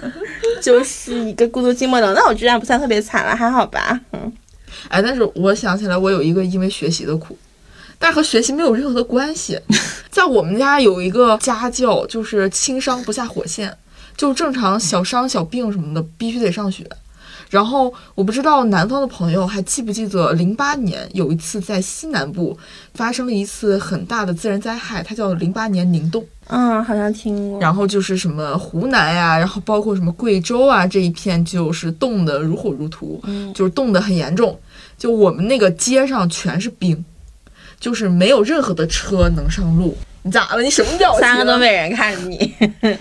就是一个孤独寂寞冷。那我居然不算特别惨了，还好吧？嗯，
哎，但是我想起来，我有一个因为学习的苦，但是和学习没有任何的关系。在我们家有一个家教，就是轻伤不下火线，就正常小伤小病什么的必须得上学。然后我不知道南方的朋友还记不记得，零八年有一次在西南部发生了一次很大的自然灾害，它叫零八年宁冻。
嗯，好像听过。
然后就是什么湖南呀、然后包括什么贵州啊这一片，就是冻得如火如荼，
嗯
就是冻得很严重。就我们那个街上全是冰，就是没有任何的车能上路。你咋了？你什么表情啊？
三个东北人看着你，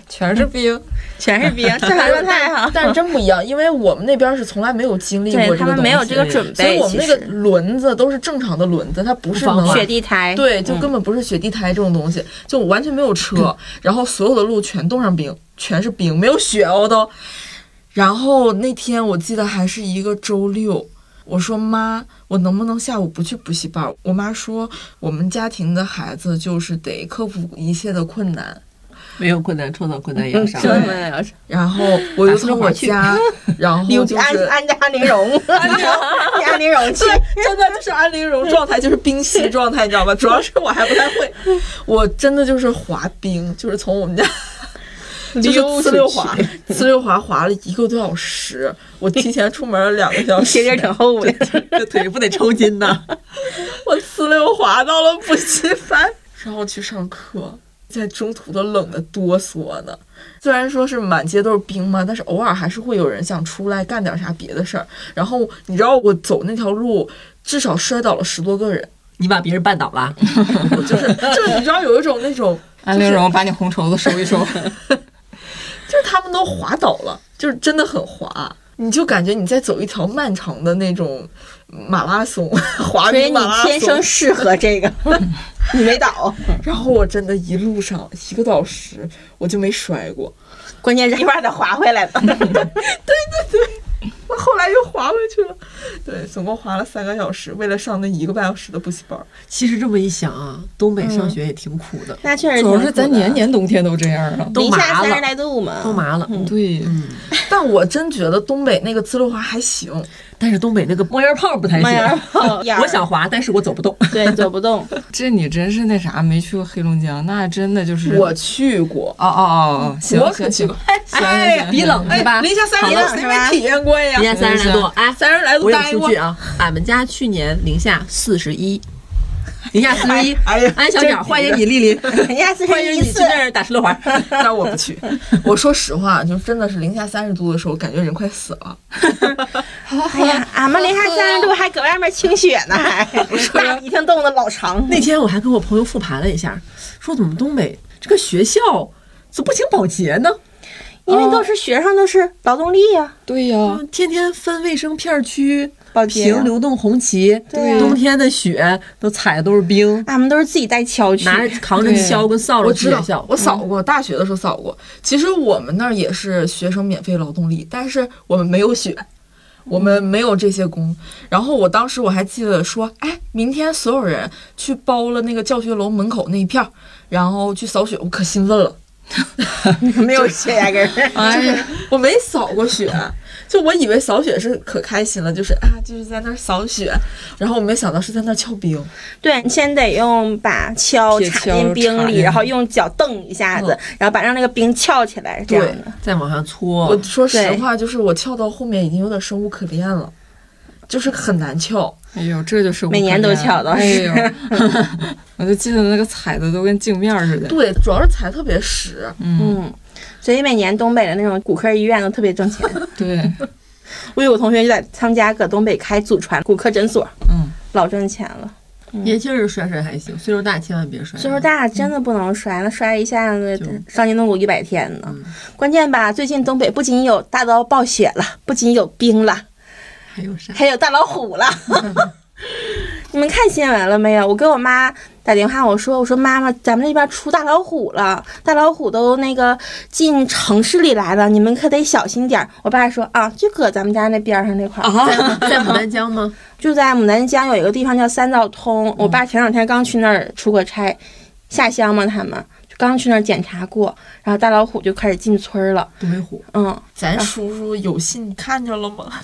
全是冰。
全 是冰，这还算太好。
但是真不一样，因为我们那边是从来没有经历过这
对
个
他们没有
东西
这个准
所以
备，
我们
其
那个
实
轮子都是正常的轮子，它不是
不防
能
雪地胎，嗯
对，就根本不是雪地胎这种东西，就完全没有车，然后所有的路全冻上冰，全是冰，没有雪哦都。然后那天我记得还是一个周六，我说妈，我能不能下午不去补习班？我妈说我们家庭的孩子就是得克服一切的困难，
没有困难，创造困难也要上。
这么要是
然后我就从我家，然后
牛
就
逼，安
是
安家安陵 容，你安陵容去，
真的就是安陵容状态，就是冰嬉状态，你知道吧？主要是我还不太会，我真的就是滑冰，就是从我们家。就是呲溜滑，呲溜滑滑了一个多小时，我提前出门两个小
鞋底
时
儿，挺厚的。
这腿不得抽筋呐！
我呲溜滑到了补习班，然后去上课，在中途都冷得哆嗦呢。虽然说是满街都是冰嘛，但是偶尔还是会有人想出来干点啥别的事儿。然后你知道我走那条路，至少摔倒了十多个人，
你把别人绊倒了，
就是就是你知道有一种那种，
安陵容把你红绸子收一 收，
就是他们都滑倒了，就是真的很滑。你就感觉你在走一条漫长的那种马拉松，滑
所以
冰
你
马拉
天生
松。
适合这 个，你没倒，
然后我真的一路上一个多小时，我就没摔过。
关键是一会儿得滑回来的。
我后来又滑回去了，对，总共滑了三个小时，为了上那一个半小时的补习班。
其实这么一想啊，东北上学也挺苦的，
那确实挺
主
苦的，
要是咱年年冬天都这样啊。嗯
都
零下
麻
三十
了，
来度嘛，
都麻了。
对，
但我真觉得东北那个自溜滑还行，
但是东北那个冒烟炮不太
妈呀
行，！我想滑，但是我走不动。
对走 不动，
这你真是那啥，没去过黑龙江，那真的就是
我去过，
哦哦哦，行
我可
行
去
行
过，，哎
行行行
比冷对吧？
零下三十
好
度，
冷
谁
是
没
吧
体验过哎呀
零？下三十来度，哎，
三 十来度
我有
待
数
过
据，啊，俺们家去年零下四十一，零下四十一。
哎呀，
安小
真
点儿，欢迎你莅 临，
人家四
欢
十
迎
一
你去
次，
那儿打石榴花。
那我不去。 我说实话，就真的是零下三十度的时候，感觉人快死了。
哎呀，俺们零下三十度还搁外面清雪呢，还大鼻涕冻得老长。
啊那天我还跟我朋友复盘了一下，说怎么东北这个学校怎么不请保洁呢？
因
哦
为都是学生，都是劳动力呀、
对呀、
嗯天天分卫生片区，
保洁、
评
哦呀。
流动红旗，
对啊
冬天的雪都踩的都是冰，
俺们都是自己带锹去，
拿着扛着锹跟扫帚
我
去
知
学
道
校，。
我扫过，大学的时候扫过。其实我们那儿也是学生免费劳动力，但是我们没有雪，我们没有这些工。然后我当时我还记得说，哎，明天所有人去包了那个教学楼门口那一片儿，然后去扫雪，我可兴奋 了。
没有血压根儿。
哎呀，
我没扫过雪，就我以为扫雪是可开心了，就是啊，就是在那儿扫雪，然后我没想到是在那儿撬冰。
对你先得用把锹
铁
插
锹
进冰
插
里，
进嗯
然后用脚蹬一下子，然后把让那个冰翘起来，这样
对
的。
再往上
哦
搓
我，说实
对
话，就是我撬到后面已经有点生无可恋了，就是很难撬。
哎呦，这就是
每年都巧
的。
倒
哎
是
呦， 我就记得那个踩的都跟镜面似的。
对，主要是踩特别实。
嗯，所以每年东北的那种骨科医院都特别挣钱。
对，
我有个同学就在他们家搁东北开祖传骨科诊所，
嗯，
老挣钱了。
嗯
年轻人摔摔还行，岁数大千万别摔。啊
岁数大真的不能摔，那摔一下子
就
伤筋动骨一百天呢
嗯。
关键吧，最近东北不仅有大刀暴雪了，不仅有冰了。
还有 啥？
还有大老虎了。你们看新闻了没有？我跟我妈打电话，我说我说妈妈，咱们那边出大老虎了，大老虎都那个进城市里来了，你们可得小心点儿。我爸说啊，就搁咱们家那边上那块儿，
在在牡丹江吗？
就在牡丹江有一个地方叫三道通。我爸前两天刚去那儿出过差，下乡嘛，他们就刚去那儿检查过，然后大老虎就开始进村儿了。
东北虎
嗯，
咱叔叔有戏你看着了吗？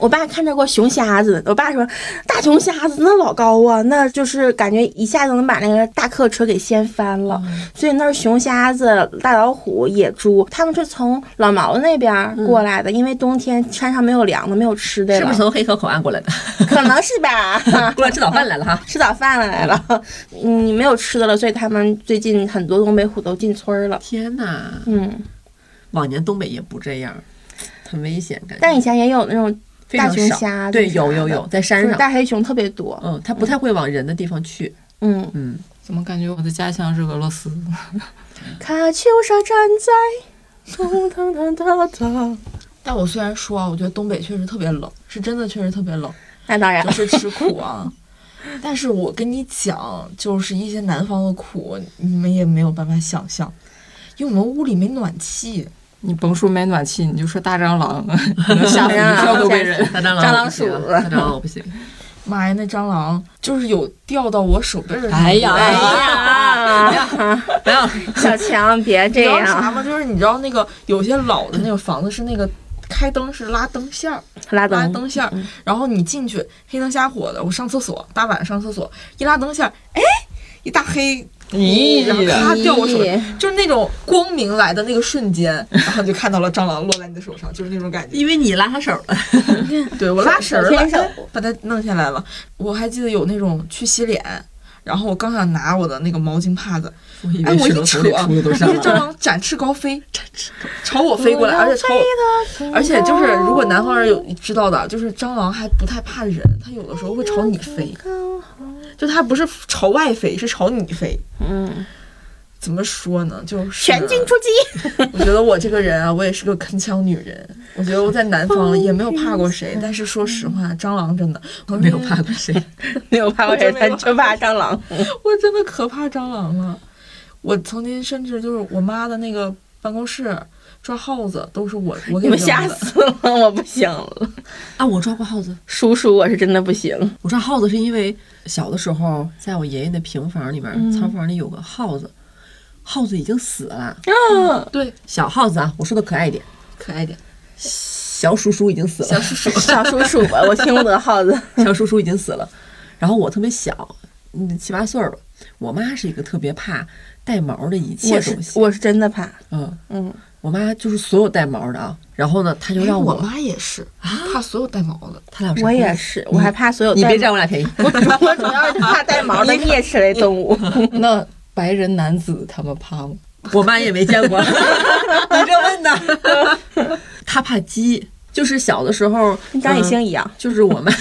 我爸看着过熊瞎子，我爸说大熊瞎子那老高啊，那就是感觉一下就能把那个大客车给掀翻了。
嗯
所以那儿熊瞎子、大老虎、野猪，他们是从老毛那边儿过来的，因为冬天山上没有粮的，没有吃的了，
是嗯不是从黑河口岸过来的？
可能是吧。
过来吃早饭来了哈。
吃早饭了来了，嗯，没有吃的了，所以他们最近很多东北虎都进村儿了。
天哪，
嗯，
往年东北也不这样，很危险感觉。
但以前也有那种
非
大
常
熊
少
瞎子
对，
啥
有有
的
有，在
就
山
是
上，
大黑熊特别多。
嗯，它不太会往人的地方去，
嗯，
嗯，
怎么感觉我的家乡是俄罗斯？
卡秋莎站在。咚咚咚咚咚！
但我虽然说啊，我觉得东北确实特别冷，是真的确实特别冷，
那当然
就，是吃苦啊。但是我跟你讲，就是一些南方的苦，你们也没有办法想象，因为我们屋里没暖气。
你甭说没暖气，你就说大 蟑螂，可能吓死
哎呀
一票东北人。
大蟑螂
蟑
我
螂
不行，
鼠
大蟑螂我不行，
妈呀，那蟑螂就是有掉到我手背儿上。
哎呀
哎
不
呀，
要不要，
小强别这
你知道啥
样，
吗？就是你知道那个有些老的那个房子是那个开灯是拉灯线儿，
拉
拉
登。
灯线儿，然后你进去黑灯瞎火的，我上厕所，大晚上上厕所一拉灯线儿，哎，一大黑。
咦
然后咔掉我手里
咦，
就是那种光明来的那个瞬间，然后就看到了蟑螂落在你的手上，就是那种感觉。
因为你拉他手了，
对我拉神儿
手
了
牵手，
把它弄下来了。我还记得有那种去洗脸，然后我刚想拿我的那个毛巾帕子，
我以
哎，
为
我一
石头
扯，
从里出的都是
那个
蟑
蟑
螂，
螂展翅高飞，展翅朝我飞过来，而且朝我，而且就是如果南方人有知道的，就是蟑螂还不太怕人，它有的时候会朝你飞，就它不是朝外飞，是朝你飞。
嗯，
怎么说呢？就是
全军出击，
我觉得我这个人啊，我也是个铿锵女人。我觉得我在南方也没有怕过谁，但是说实话，蟑螂真的我
没有怕，过谁，
没有怕过人，他就怕蟑螂。
我真的可怕蟑螂了。我曾经甚至就是我妈的那个办公室抓耗子，都是我我给
你们
扔
吓
的
死了，我不行了。
啊，我抓过耗子，
叔叔，我是真的不行。
我抓耗子是因为小的时候在我爷爷那平房里面，仓房里有个耗子，耗子已经死了，
嗯，
对，
小耗子啊，我说的可爱一点，
可爱点，
小鼠鼠已经死了，
叔叔
小叔叔吧，我听不得耗 子。
小叔叔已经死了，然后我特别小，嗯，七八岁儿吧。我妈是一个特别怕带毛的一切
我是
东西，
我是真的怕，
嗯，
嗯，我
我妈就是所有带毛的啊。然后呢，她就让
我
我，
妈也是怕所有带毛的，
她俩有啥关系
也，是，哎 我还怕所有
你
带
别占我俩便宜。
我主要是 怕带毛的啮齿类动物。
那白人男子他们怕吗？
我妈也没见 过，你这问的， 她怕鸡，就是小的时候
跟 张艺
嗯
兴一样，
就是我们，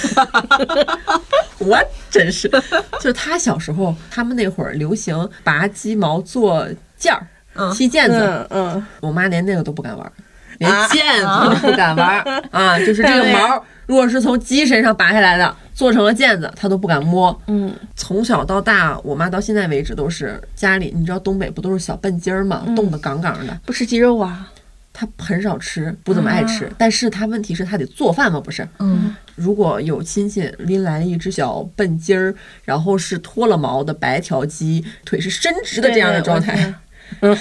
我真是，就是他小时候，他们那会儿流行拔鸡毛做件儿、
嗯
踢毽子，
嗯嗯，
我妈连那个都不敢玩儿，连
啊
毽子都不敢玩儿啊就是这个毛儿，如果是从鸡身上拔下来的，做成了毽子，她都不敢摸。
嗯，
从小到大，我妈到现在为止都是家里，你知道东北不都是小笨鸡儿吗？冻得杠杠的，
不吃鸡肉啊，
她很少吃，不怎么爱吃。但是她问题是她得做饭嘛，不是？
嗯，
如果有亲戚拎来一只小笨鸡儿，然后是脱了毛的白条鸡，腿是伸直的这样的状态，
对。对我知道嗯，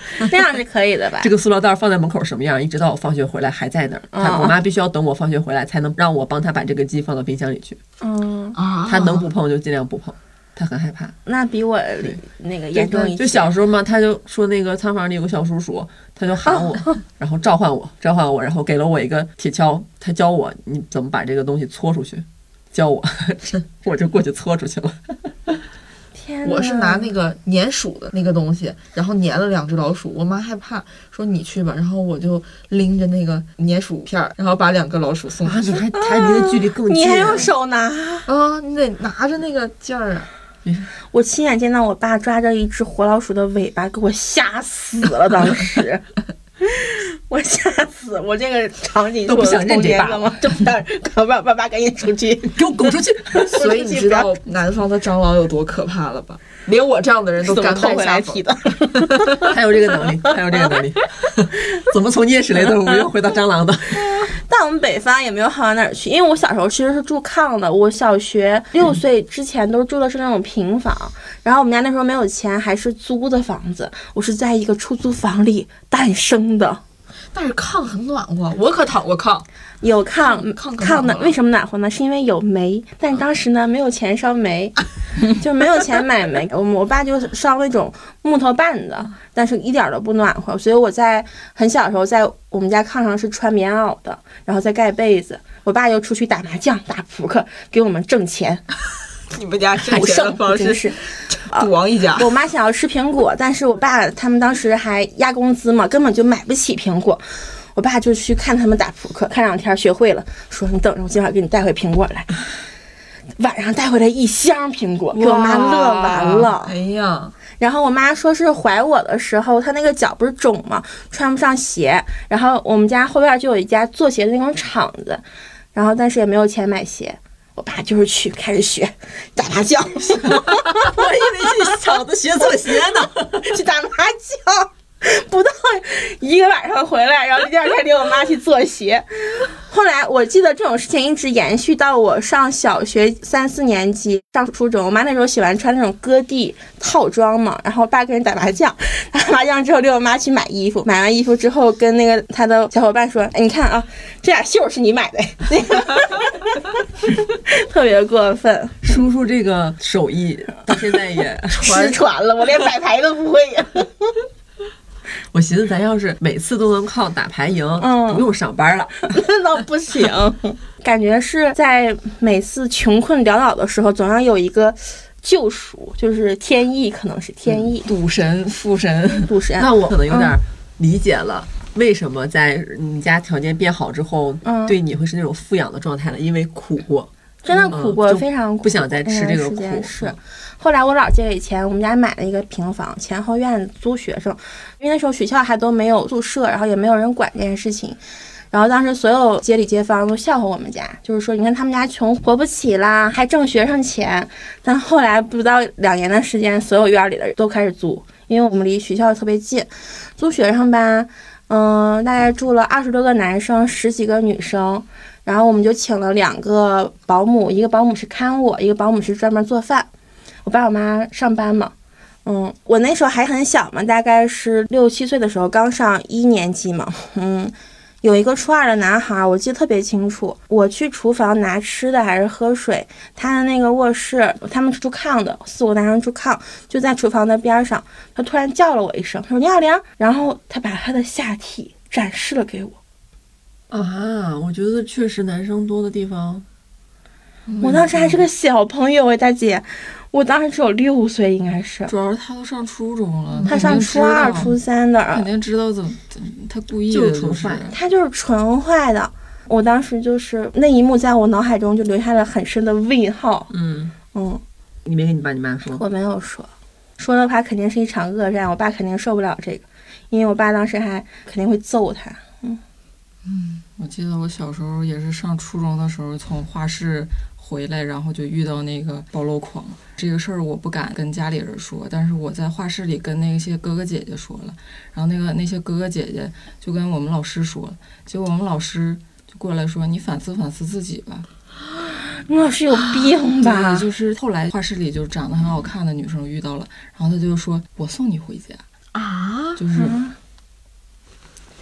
那样是可以的吧
这？个塑料袋放在门口什么样，一直到我放学回来还在那儿。他
啊
我妈必须要等我放学回来，才能让我帮她把这个鸡放到冰箱里去。
嗯，
啊
她能不碰就尽量不碰，她很害怕。
那比我那个严重一些。
就小时候嘛，她就说那个仓房里有个小叔叔，他就喊 我，然后召唤我，召唤我，然后给了我一个铁锹，他教我你怎么把这个东西搓出去，教 我，我就过去搓出去了。
天哪，
我是拿那个粘鼠的那个东西，然后粘了两只老鼠。我妈害怕，说你去吧，然后我就拎着那个粘鼠片儿，然后把两个老鼠送
啊，
去。
你还还离的距离更近，
你还 用手拿？
啊，你得拿着那个劲儿啊！
我亲眼见到我爸抓着一只活老鼠的尾巴，给我吓死了。当时我吓死，我这个场景
都不想认这爸
爸 吗？就不想，可爸爸爸赶紧出去。
给我滚出去！
所以你知道南方的蟑螂有多可怕了吧？连我这样的人都
怎么
甘
扣
拜
回
下
来
风
提。的？
他有这个能力，他有这个能力。 怎么从啮齿类动物又回到蟑螂的？
但我们北方也没有好到哪儿去，因为我小时候其实是住炕的，我小学
嗯
六岁之前都住的是那种平房，然后我们家那时候没有钱，还是租的房子，我是在一个出租房里诞生的。
但是炕很暖和，我可躺过炕。
有炕嗯
炕更
炕
暖
暖，
和
为什么暖和呢？是因为有煤，但是当时呢没有钱烧煤，就没有钱买煤。我我爸就烧那种木头棒子，但是一点儿都不暖和。所以我在很小的时候，在我们家炕上是穿棉袄的，然后再盖被子。我爸又出去打麻将、打扑克，给我们挣钱，
你们家挣
不
钱的
剩
方
真
式
是。
赌王 一家，
我妈想要吃苹果，但是我爸他们当时还压工资嘛，根本就买不起苹果。我爸就去看他们打扑克，看两天学会了，说你等着，我今晚给你带回苹果来。晚上带回来一箱苹果，给我妈乐完了
哎。呀，
然后我妈说是怀我的时候，她那个脚不是肿嘛，穿不上鞋。然后我们家后院就有一家做鞋的那种厂子，然后但是也没有钱买鞋。我爸就是去开始学打麻将，我以 为去厂子学做鞋呢， 去打麻将。不到一个晚上回来，然后第二天领我妈去做鞋。后来我记得这种事情一直延续到我上小学三四年级，上初中。我妈那时候喜欢穿那种哥地套装嘛，然后我爸跟人打麻将，打麻将之后领我妈去买衣服，买完衣服之后跟那个她的小伙伴说：“哎，你看啊，这俩袖儿是你买的。” 那个特别过分，
叔叔这个手艺到现在也，
失传了，我连摆牌都不会。
我寻思咱要是每次都能靠打牌赢，
嗯
不用上班了。
那 倒不行。感觉是在每次穷困潦倒的时候，总要有一个救赎，就是天意，可能是天意，
赌神、父神，
赌神。
嗯那我可能有点儿理解了。为什么在你家条件变好之后，
嗯
对你会是那种富养的状态了？因为苦过，
真的苦过，
嗯就
非常苦，
不想再吃这个
那段时间
苦嗯
是，后来我姥借给钱，我们家买了一个平房，前后院租学生，因为那时候学校还都没有宿舍，然后也没有人管这件事情。然后当时所有街里街坊都笑话我们家，就是说你看他们家穷活不起啦，还挣学生钱。但后来不到两年的时间，所有院里的人都开始租，因为我们离学校特别近，租学生吧，嗯、大概住了二十多个男生，十几个女生。然后我们就请了两个保姆，一个保姆是看我，一个保姆是专门做饭。我爸我妈上班嘛，嗯，我那时候还很小嘛，大概是六七岁的时候，刚上一年级嘛，嗯，有一个初二的男孩，我记得特别清楚，我去厨房拿吃的还是喝水，他的那个卧室，他们是住炕的，四五个男生住炕，就在厨房的边上，他突然叫了我一声，他说聂小玲，然后他把他的下体展示了给我。
啊，我觉得确实男生多的地方，
我当时还是
嗯
个小朋友哎，大姐，我当时只有六岁，应该是
主要是他都上初中了，
他上初二、初三的，
肯定知道怎么，他故意的
就是
就
纯
是
坏
他就是纯坏的。我当时就是那一幕，在我脑海中就留下了很深的问号。
嗯，
嗯，
你没跟你爸你妈说，
我没有说，说的话肯定是一场恶战，我爸肯定受不了这个，因为我爸当时还肯定会揍他。
我记得我小时候也是上初中的时候从画室回来，然后就遇到那个暴露狂。这个事儿我不敢跟家里人说，但是我在画室里跟那些哥哥姐姐说了，然后那个那些哥哥姐姐就跟我们老师说了，结果我们老师就过来说：“你反思反思自己吧。
你老师有病吧
啊对，？就是后来画室里就长得很好看的女生遇到了，然后她就说：“我送你回家。
啊”，
就是
啊，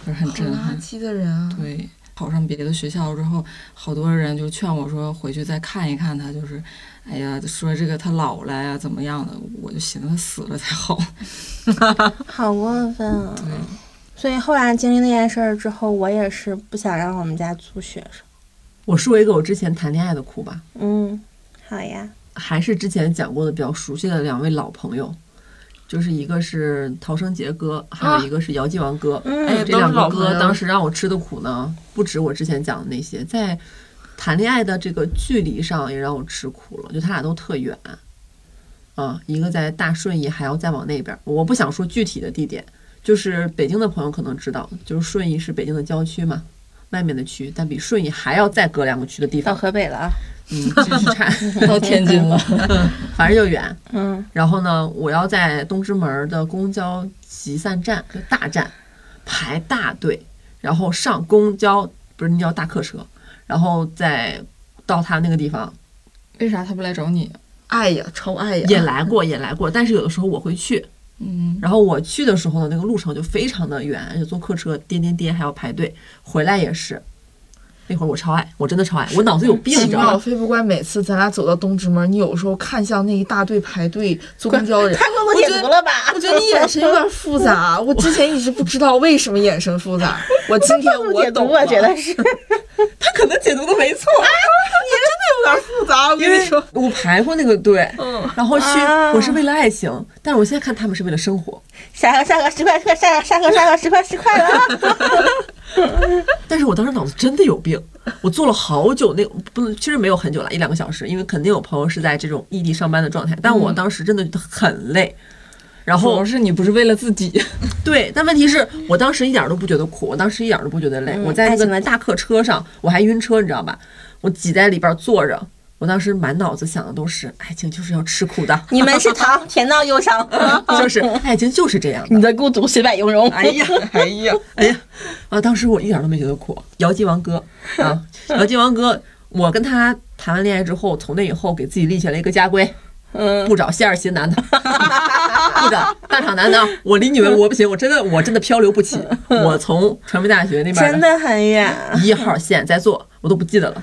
就是很
好
震撼
垃。圾的人啊！
对，考上别的学校之后，好多人就劝我说回去再看一看他，就是，哎呀，说这个他老了呀，怎么样的？我就寻思他死了才好。
好过分啊！
对，
所以后来经历那件事儿之后，我也是不想让我们家租学生。
我说一个我之前谈恋爱的苦吧，
嗯，好呀。
还是之前讲过的比较熟悉的两位老朋友，就是一个是逃生杰哥，还有一个是姚继王哥。
嗯
哎，这两
啊都是老
个
朋友
哥当时让我吃的苦呢，不止我之前讲的那些，在谈恋爱的这个距离上也让我吃苦了，就他俩都特远。啊，一个在大顺义，还要再往那边儿。我不想说具体的地点，就是北京的朋友可能知道，就是顺义是北京的郊区嘛，外面的区，但比顺义还要再隔两个区的地
到
方，
河北了啊。
嗯， 就是差，
到天津了，
反正就远。
嗯，
然后呢，我要在东直门的公交集散站，就大站排大队，然后上公交，不是那叫大客车，然后再到他那个地方。
为啥他不来找你？啊
爱呀，超爱呀！
也来过，也来过，但是有的时候我会去，
嗯，
然后我去的时候呢，那个路程就非常的远，而且坐客车颠颠颠还要排队，回来也是。那会儿我超爱，我真的超爱，我脑子有病，你
奇
知道
妙
吗？
非不怪每次咱俩走到东直门，你有时候看向那一大队排队坐公交的人，
看工作
我觉
点
得
读了吧？
我觉得你眼神有点复 杂，我之前一直不知道为什么眼神复杂。我今 天
工作
我
点读，
懂
我
了，
啊觉得是
他可能解读的没错，
有点复杂。我
因
跟你
为
说，
我排过那个队，
嗯，
然后去
啊
我是为了爱情，但是我现在看他们是为了生活。
下个下个十块，下个下个下个十块十块了啊。
但是我当时脑子真的有病，我坐了好久，那不能其实没有很久了，一两个小时，因为肯定有朋友是在这种异地上班的状态，但
嗯
我当时真的很累。然
主
后
要是你不是为了自己，
对，但问题是我当时一点都不觉得苦，我当时一点都不觉得累。
嗯
我在那
爱情
个
的
大客车上，我还晕车，你知道吧？我挤在里边坐着，我当时满脑子想的都是爱情就是要吃苦的，
你们是糖， 甜到忧伤。
就是爱情就是这样的。
你的孤独虽败犹荣。
哎呀，
哎呀，
哎呀，啊，当时我一点都没觉得苦。姚记王哥啊，姚记王哥，我跟他谈完恋爱之后，从那以后给自己立下了一个家规，
嗯，
不找馅儿心男的， 不找大厂男的啊。我离你们我不行，我真的我真的漂流不 起。我从传媒大学那边
真的很远，
一号线在坐，我都不记得了。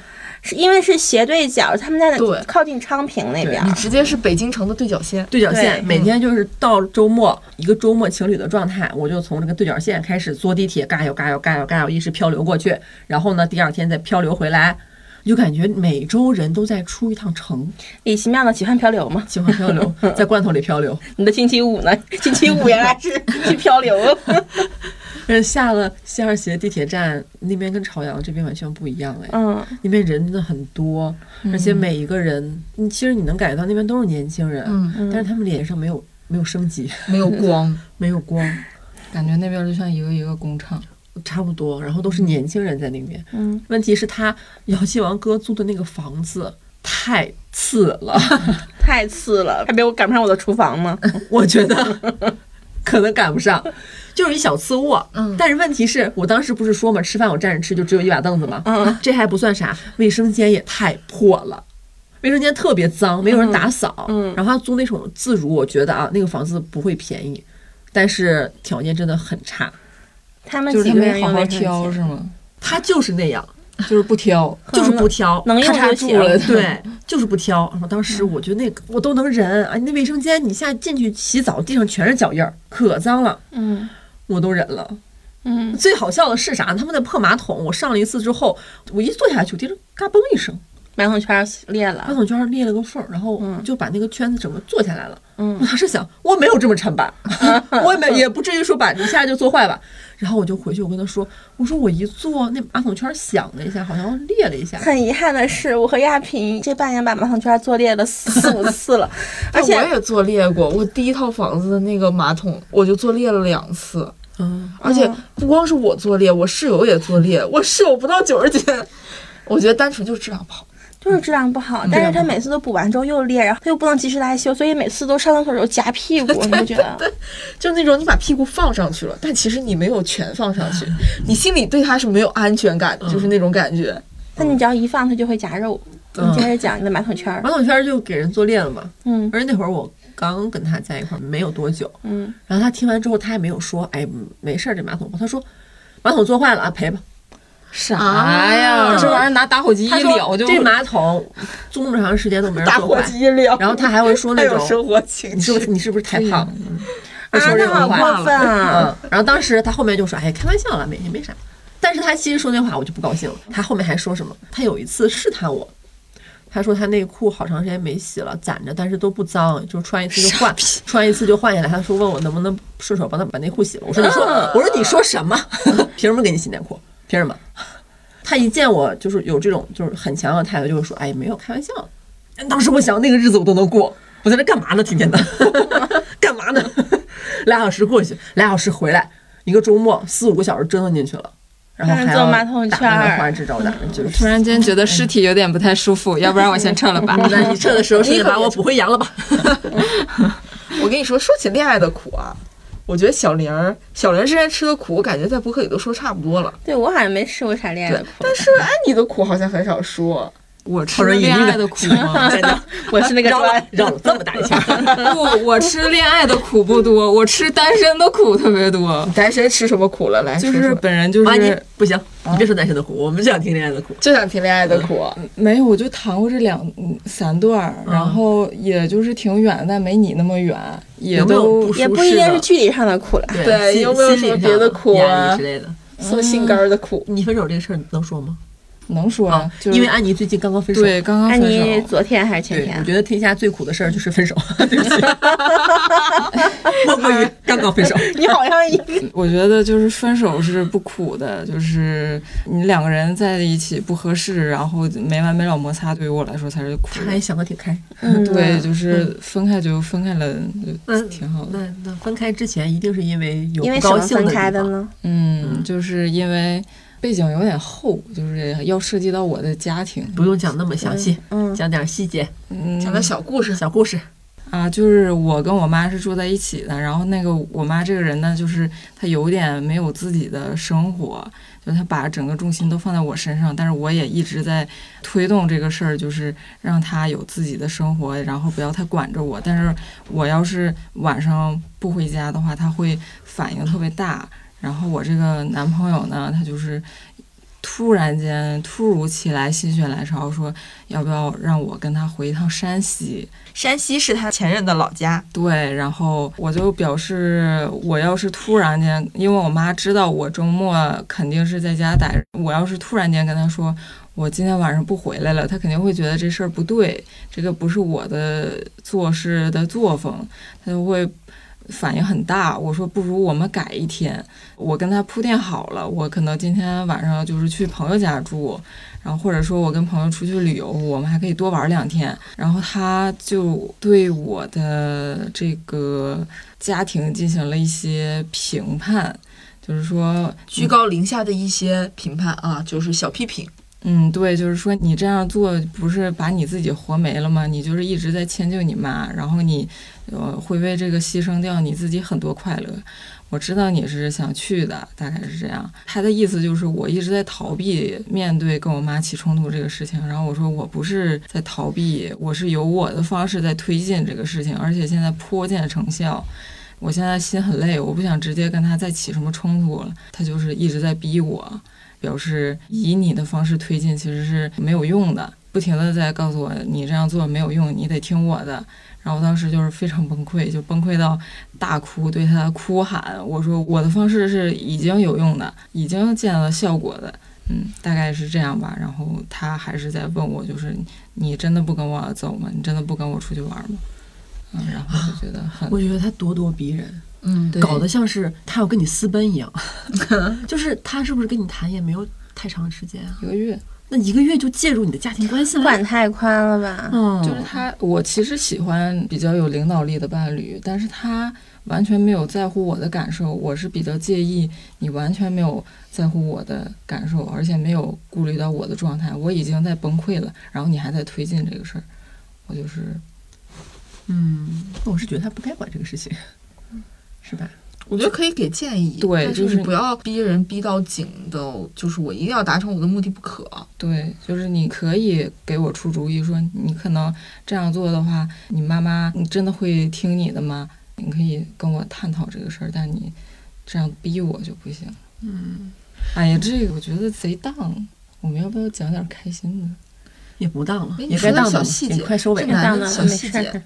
是因为是斜对角，他们在
对
那靠近昌平那边
你。直接是北京城的对角线。
对角线
对嗯
每天就是到周末一个周末情侣的状态，我就从这个对角线开始坐地铁，嘎悠嘎悠嘎悠嘎悠，一直漂流过去，然后呢，第二天再漂流回来，就感觉每周人都在出一趟城，
李奇妙的奇幻漂流嘛，
喜欢漂流，在罐头里漂流。
你的星期五呢？ 星期五原来是 去漂流了。
嗯，下了西二旗的地铁站，那边跟朝阳这边完全不一样哎，
嗯，
那边人真的很多，而且每一个人，你其实你能感觉到那边都是年轻人，
嗯，
但是他们脸上没有没有生机，
没有光，
没有光。
感觉那边就像一个一个工厂。
差不多，然后都是年轻人在那边。
嗯，
问题是他姚继王哥租的那个房子太次了，
太次了，还没有赶不上我的厨房 吗？
我觉得 可能赶不上，就是一小次卧。
嗯
但是问题是我当时不是说嘛，吃饭我站着吃就只有一把凳子嘛。啊
嗯，
这还不算啥，卫生间也太破了。卫生间特别脏，没有人打扫。
嗯嗯
然后他租那种自如，我觉得啊，那个房子不会便宜，但是条件真的很差。
他们
就是
几
他
个人
没
又
好
没
好
看见
挑是吗？
他就是那 样，
就是不挑，
就是不挑，
嗯能用
咔嚓
就
住
行
了，对，就是不挑。然后当时我觉得那个我都能忍啊，那卫生间你下进去洗澡，地上全是脚印儿，可脏了，
嗯
我都忍了。
嗯，
最好笑的是啥？他们的破马桶，我上了一次之后，我一坐下去，我听着嘎嘣一声，
马桶圈裂
马
了。
桶圈裂了个缝儿，然后
嗯
就把那个圈子整个坐下来了。我
嗯
当时想，我没有这么沉吧， 我也没也不至于说把一下就坐坏吧。然后我就回去，我跟他说，我说我一坐，那马桶圈响了一下，好像裂了一下。
很遗憾的是，我和亚萍这半年把马桶圈坐裂了四五次了，而
但
且
我也坐裂过。我第一套房子的那个马桶，我就坐裂了两次，
嗯，
而且不光是我坐裂，我室友也坐裂。我室友不到九十斤，我觉得单纯就是质量不好。
就是质量不好，但是他每次都补完之后又裂，然后他又不能及时来修，所以每次都上厕所的时候夹屁股，你不觉得？
就那种你把屁股放上去了，但其实你没有全放上去，你心里对它是没有安全感的，就是那种感觉。
但你只要一放，它就会夹肉。
嗯
你接着讲你的马桶圈儿
马，桶圈就给人做裂了嘛。
嗯
而且那会儿我刚跟他在一块儿没有多久，
嗯，
然后他听完之后，他也没有说，哎，没事儿，这马桶，他说马桶做坏了啊，赔吧。
啥
啊
呀？这玩意儿拿打火机一
他说
燎就
这马桶 租那么长时间都没人
打
做
火
坏，
机了，
然后他还会说
还
那
有
种，
生活情
你是不
趣
是。你是不是太胖了？
啊，
说这
那
种
好
话
过分啊！
嗯，然后当时他后面就说，哎，开玩笑了，没没啥。但是他其实说那话我就不高兴了。他后面还说什么？他有一次试探我，他说他内裤好长时间没洗了，攒着，但是都不脏，就是穿一次就换，穿一次就换下来。他说问我能不能顺手帮他把内裤洗了。我说你说，我说你说什么？ 凭什么给你洗内裤？凭什么？ 他一见我就是有这种就是很强硬的态度，就会说，哎，没有开玩笑。当时我想那个日子我都能过，我在这干嘛呢？ 天天的，干嘛呢？俩小时过去，俩小时回来，一个周末四五个小时折腾进去了，然后还
坐
要
马桶
打
圈
那个
儿
花枝招展，就是
突然间觉得尸体有点不太舒 服，要不然我先撤了吧。
那你撤的时候，顺便把我补回阳了吧？
我跟你说，说起恋爱的苦啊，我觉得小玲儿，小玲儿之前吃的苦，我感觉在博客里都说差不多了。
对我好像没吃过啥恋爱
对
的苦，，
但是哎，你的苦好像很少说。
我吃了恋爱的苦吗？
真的，我是那个
绕
砖
了。绕了这么大一圈，
不，我吃恋爱的苦不多，我吃单身的苦特别多。
单身吃什么苦了？来
就
说
是
说
本人就
妈你
是
不行，你别说单身的苦，我们就想听恋爱的苦。
就想听恋爱的苦，
没有，我就谈过这两嗯三段儿，然后也就是挺远，但没你那么远，也
有没有
都
不舒
也不
适
应该
的
是距离上的苦了，
对
心
有没有
心
什么
理
别
上
的苦
压力
啊
之类的？
搜心肝儿的苦。
你分手这个事儿能说吗？
能说
啊，
就是
因为安妮最近刚刚分手。
对刚刚
安
分
妮
手，
啊昨天还是前
对，我
天？
觉得天下最苦的事儿就是分手， 对不起，莫过于刚刚分手。
你好像一
我觉得就是分手是不苦的，就是你两个人在一起不合适，然后没完没了摩擦，对于我来说才是苦
他。还想的挺 开，
嗯
对，就是分开就分开了，
那
就挺好的。
那那分开之前一定是因为有
因为
不
什
高
么
兴
分
的
开
地
的
方？
呢？
嗯，就是因为背景有点厚，就是要涉及到我的家庭。
不用讲那么详细，
嗯
讲点细节、
嗯，
讲个小故事，
小故事。
啊，就是我跟我妈是住在一起的，然后那个我妈这个人呢，就是她有点没有自己的生活，就她把整个重心都放在我身上，但是我也一直在推动这个事儿，就是让她有自己的生活，然后不要太管着我。但是我要是晚上不回家的话，她会反应特别大。然后我这个男朋友呢，他就是突然间突如其来心血来潮说，要不要让我跟他回一趟山西？
山西是他前任的老家，
对，然后我就表示，我要是突然间，因为我妈知道我周末肯定是在家待着，我要是突然间跟她说我今天晚上不回来了，她肯定会觉得这事儿不对，这个不是我的做事的作风，她就会。反应很大，我说不如我们改一天。我跟她铺垫好了，我可能今天晚上就是去朋友家住，然后或者说我跟朋友出去旅游，我们还可以多玩两天。然后他就对我的这个家庭进行了一些评判，就是说，
居高临下的一些评判啊，就是小批评。
嗯，对，就是说你这样做不是把你自己活没了吗？你就是一直在迁就你妈，然后你呃会为这个牺牲掉你自己很多快乐。我知道你是想去的，大概是这样。他的意思就是我一直在逃避面对跟我妈起冲突这个事情，然后我说我不是在逃避，我是有我的方式在推进这个事情，而且现在颇见成效。我现在心很累，我不想直接跟他再起什么冲突了。他就是一直在逼我，表示以你的方式推进其实是没有用的，不停的在告诉我你这样做没有用，你得听我的。然后我当时就是非常崩溃，就崩溃到大哭，对他哭喊，我说我的方式是已经有用的，已经见到效果的，嗯，大概是这样吧。然后他还是在问我，就是你真的不跟我走吗？你真的不跟我出去玩吗？嗯，然后就觉得很
我觉得他咄咄逼人，
嗯，
对
搞得像是他要跟你私奔 一样。就是他是不是跟你谈也没有太长时间啊？
一个月。
那一个月就介入你的家庭关系了？
管太宽了吧？
嗯，
就是他，我其实喜欢比较有领导力的伴侣，但是他完全没有在乎我的感受，我是比较介意你完全没有在乎我的感受，而且没有顾虑到我的状态，我已经在崩溃了，然后你还在推进这个事儿，我就是
嗯，我是觉得他不该管这个事情，是吧？
我觉得可以给建议，
对
但
就是
是不要逼人逼到紧的，就是我一定要达成我的目的不可。
对，就是你可以给我出主意，说你可能这样做的话，你妈妈你真的会听你的吗？你可以跟我探讨这个事儿，但你这样逼我就不行。嗯，哎呀，这个我觉得贼当。我们要不要讲点开心的？
也不当了，
哎
也该当当
你说到小
了
细，节
也快收尾
这
了。
男
当
的
了
小
没
细
事儿
节，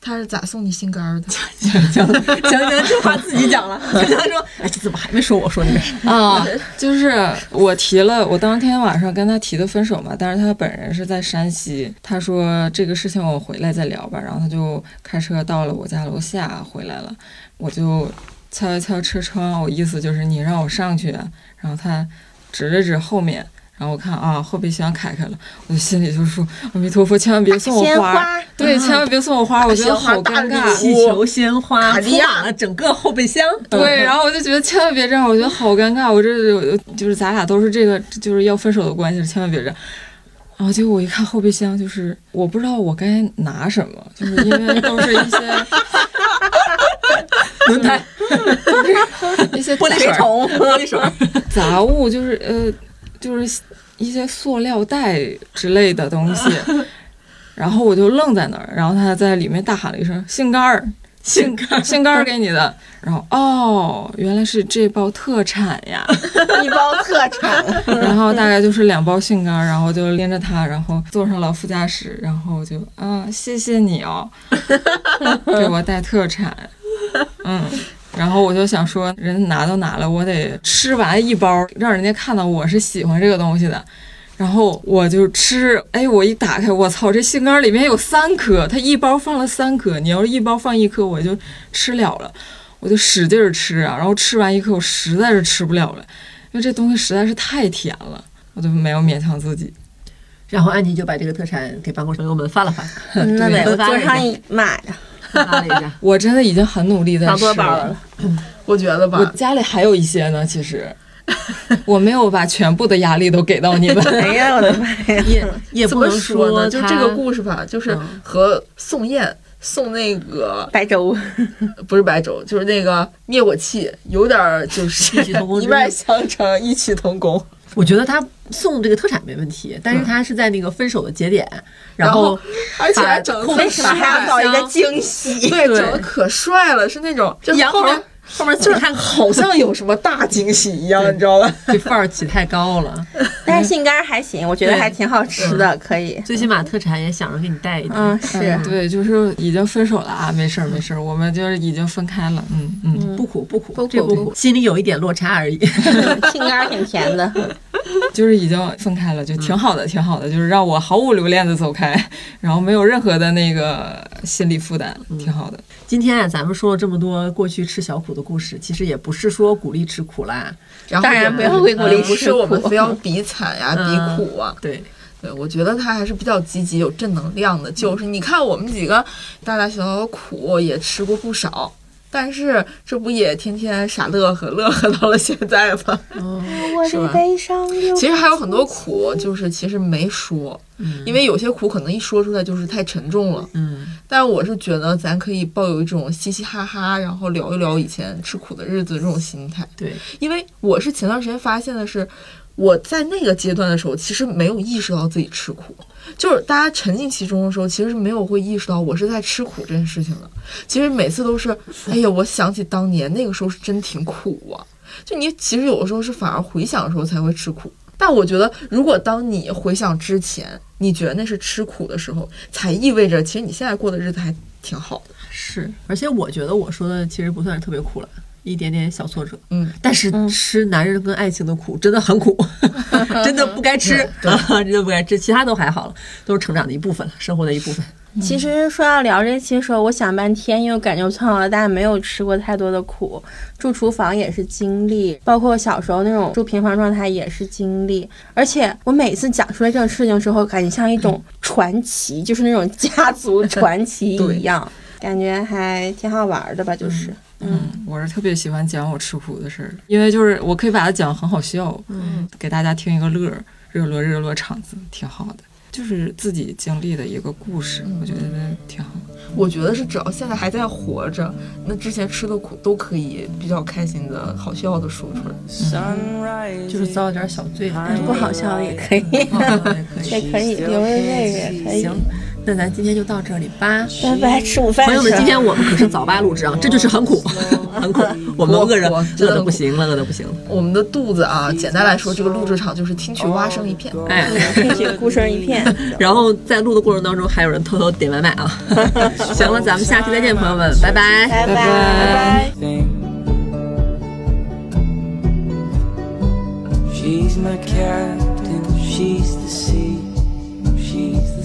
他是咋送你心肝儿 的？
讲讲讲，这话自己讲 了。他说：“哎，这怎么还没说我说那个事
啊，就是我提了，我当天晚上跟他提的分手嘛，但是他本人是在山西，他说这个事情我回来再聊吧，然后他就开车到了我家楼下回来了，我就敲了敲车窗，我意思就是你让我上去，啊然后他指了指后面。然后我看啊，后备箱开开了，我心里就说：“啊阿弥陀佛，千万别送我
鲜
花！
花
对，千万别送我花，我觉得
鲜花
好
大
尴
礼
尬。”
气球、鲜花
卡地
充
亚
满了整个后备箱。”嗯
对，然后我就觉得千万别这样，我觉得好尴尬，我这有就是咱俩都是这个就是要分手的关系，千万别这样。然后结果我一看后备箱，就是我不知道我该拿什么，就是因为都是一些 轮胎，一些
玻璃
杂
水、玻璃水，
杂物，就是呃，就是一些塑料袋之类的东 西，然后我就愣在那儿，然后他在里面大喊了一声“杏干儿”，杏杏干儿给你的，然后哦，原来是这包特产呀，
一包特 产，
然后大概就是两包杏干儿，然后就拎着它，然后坐上了副驾驶，然后我就啊，谢谢你哦， 给我带特产，嗯。然后我就想说，人拿都拿了，我得吃完一包，让人家看到我是喜欢这个东西的。然后我就吃，哎，我一打开，我操，这杏干儿里面有三颗，它一包放了三颗，你要是一包放一颗，我就吃了了，我就使劲儿吃啊，然后吃完一颗，我实在是吃不了了，因为这东西实在是太甜了，我就没有勉强自己。
然后安妮就把这个特产给办公室朋友们发了嗯发，
那
对
得多上一妈呀！
发了一下。
我真的已经很努力在
发
吃
多包
了嗯
了，
我觉得吧
我，家里还有一些呢，其实我没有把全部的压力都给到你们。
哎呀，我的妈呀！
也也
怎
不
么
能
说呢？就
他
这个故事吧，就是
嗯
和宋焰、宋那个
白 粥，
不是白粥，就是那个灭火器，有点儿就是
异曲同工
一
之
脉
妙
相承，异曲同 工。
我觉得他送这个特产没问题，但是他是在那个分手的节点，
然
嗯后
后而且还整
把
的
后
特
面
为什么还要
帅，
搞一个惊喜？
对，
对
整的可帅了，是那种就
杨
后
桃
面
后面
就
就是是看
好像有什么大惊喜一样，你知道吧？
这范儿起太高了，
但是杏干儿还行，我觉得还挺好吃的，可以。
最起码特产也想着给你带一点。
嗯，是
嗯，对，就是已经分手了啊，没事儿没事儿，我们就是已经分开了，嗯嗯。
不苦不苦，
不苦
这
不
苦，心里有一点落差而已。
嗯杏干儿挺甜的。
就是已经分开了，就挺好的，挺好的，就是让我毫无留恋的走开，然后没有任何的那个心理负担，挺
嗯
好的。
今天啊，咱们说了这么多过去吃小苦的故事，其实也不是说鼓励吃苦啦，
然后
当
也
然
不
不要会鼓励
不
吃
是我们
苦
非。要比惨呀、
嗯
比苦啊。
对，
对，我觉得他还是比较积极、有正能量的。就是
嗯
你看，我们几个大大小小的苦也吃过不少，但是这不也天天傻乐呵乐呵到了现在 吗？
我
是吧
的悲伤又
其实还有很多苦，就是其实没说，
嗯
因为有些苦可能一说出来就是太沉重了。
嗯，
但我是觉得咱可以抱有一种嘻嘻哈哈，然后聊一聊以前吃苦的日子这种心态。
对，
因为我是前段时间发现的是，我在那个阶段的时候，其实没有意识到自己吃苦，就是大家沉浸其中的时候，其实是没有会意识到我是在吃苦这件事情的。其实每次都是，哎呀，我想起当年那个时候是真挺苦啊。就你其实有的时候是反而回想的时候才会吃苦。但我觉得，如果当你回想之前，你觉得那是吃苦的时候，才意味着其实你现在过的日子还挺好的。
是。而且我觉得我说的其实不算是特别苦了，一点点小挫折。
嗯，
但是吃男人跟爱情的苦真的很苦，真的不该吃 啊，真的不该吃。其他都还好了，都是成长的一部分了，生活的一部分。
其实说要聊这期的时候，我想半天，因为我感觉我从小到大没有吃过太多的苦，住厨房也是经历，包括小时候那种住平房状态也是经历。而且我每次讲出来这种事情之后，感觉像一种传奇，就是那种家 族传奇
对
一样，感觉还挺好玩的吧，就是。
嗯，我是特别喜欢讲我吃苦的事儿，因为就是我可以把它讲得很好笑，
嗯，
给大家听一个乐儿，热络热络场子，挺好的，就是自己经历的一个故事，我觉得挺好。
我觉得是只要现在还在活着，那之前吃的苦都可以比较开心的、好笑的说出来。
就
就是是
遭
遭
了点小罪，
不好笑也可以，也可以留着那个 也可以
行。，那咱今天就到这里吧。
拜拜，吃午饭去
朋友
了。
们，今天我们可是早八录制啊，这就是很苦，很苦。我们饿着
我我真
饿
的
的不行了，饿的不行了。
我们的肚子啊，简单来说，这个录制场就是听取蛙声一片。
哎，
听雪哭声一片，
然后在录的过程当中，还有人偷偷点外卖啊。行了，咱们下期再见，朋友们，拜拜。
拜拜拜拜。
thing. She's my captain, she's the sea. She's the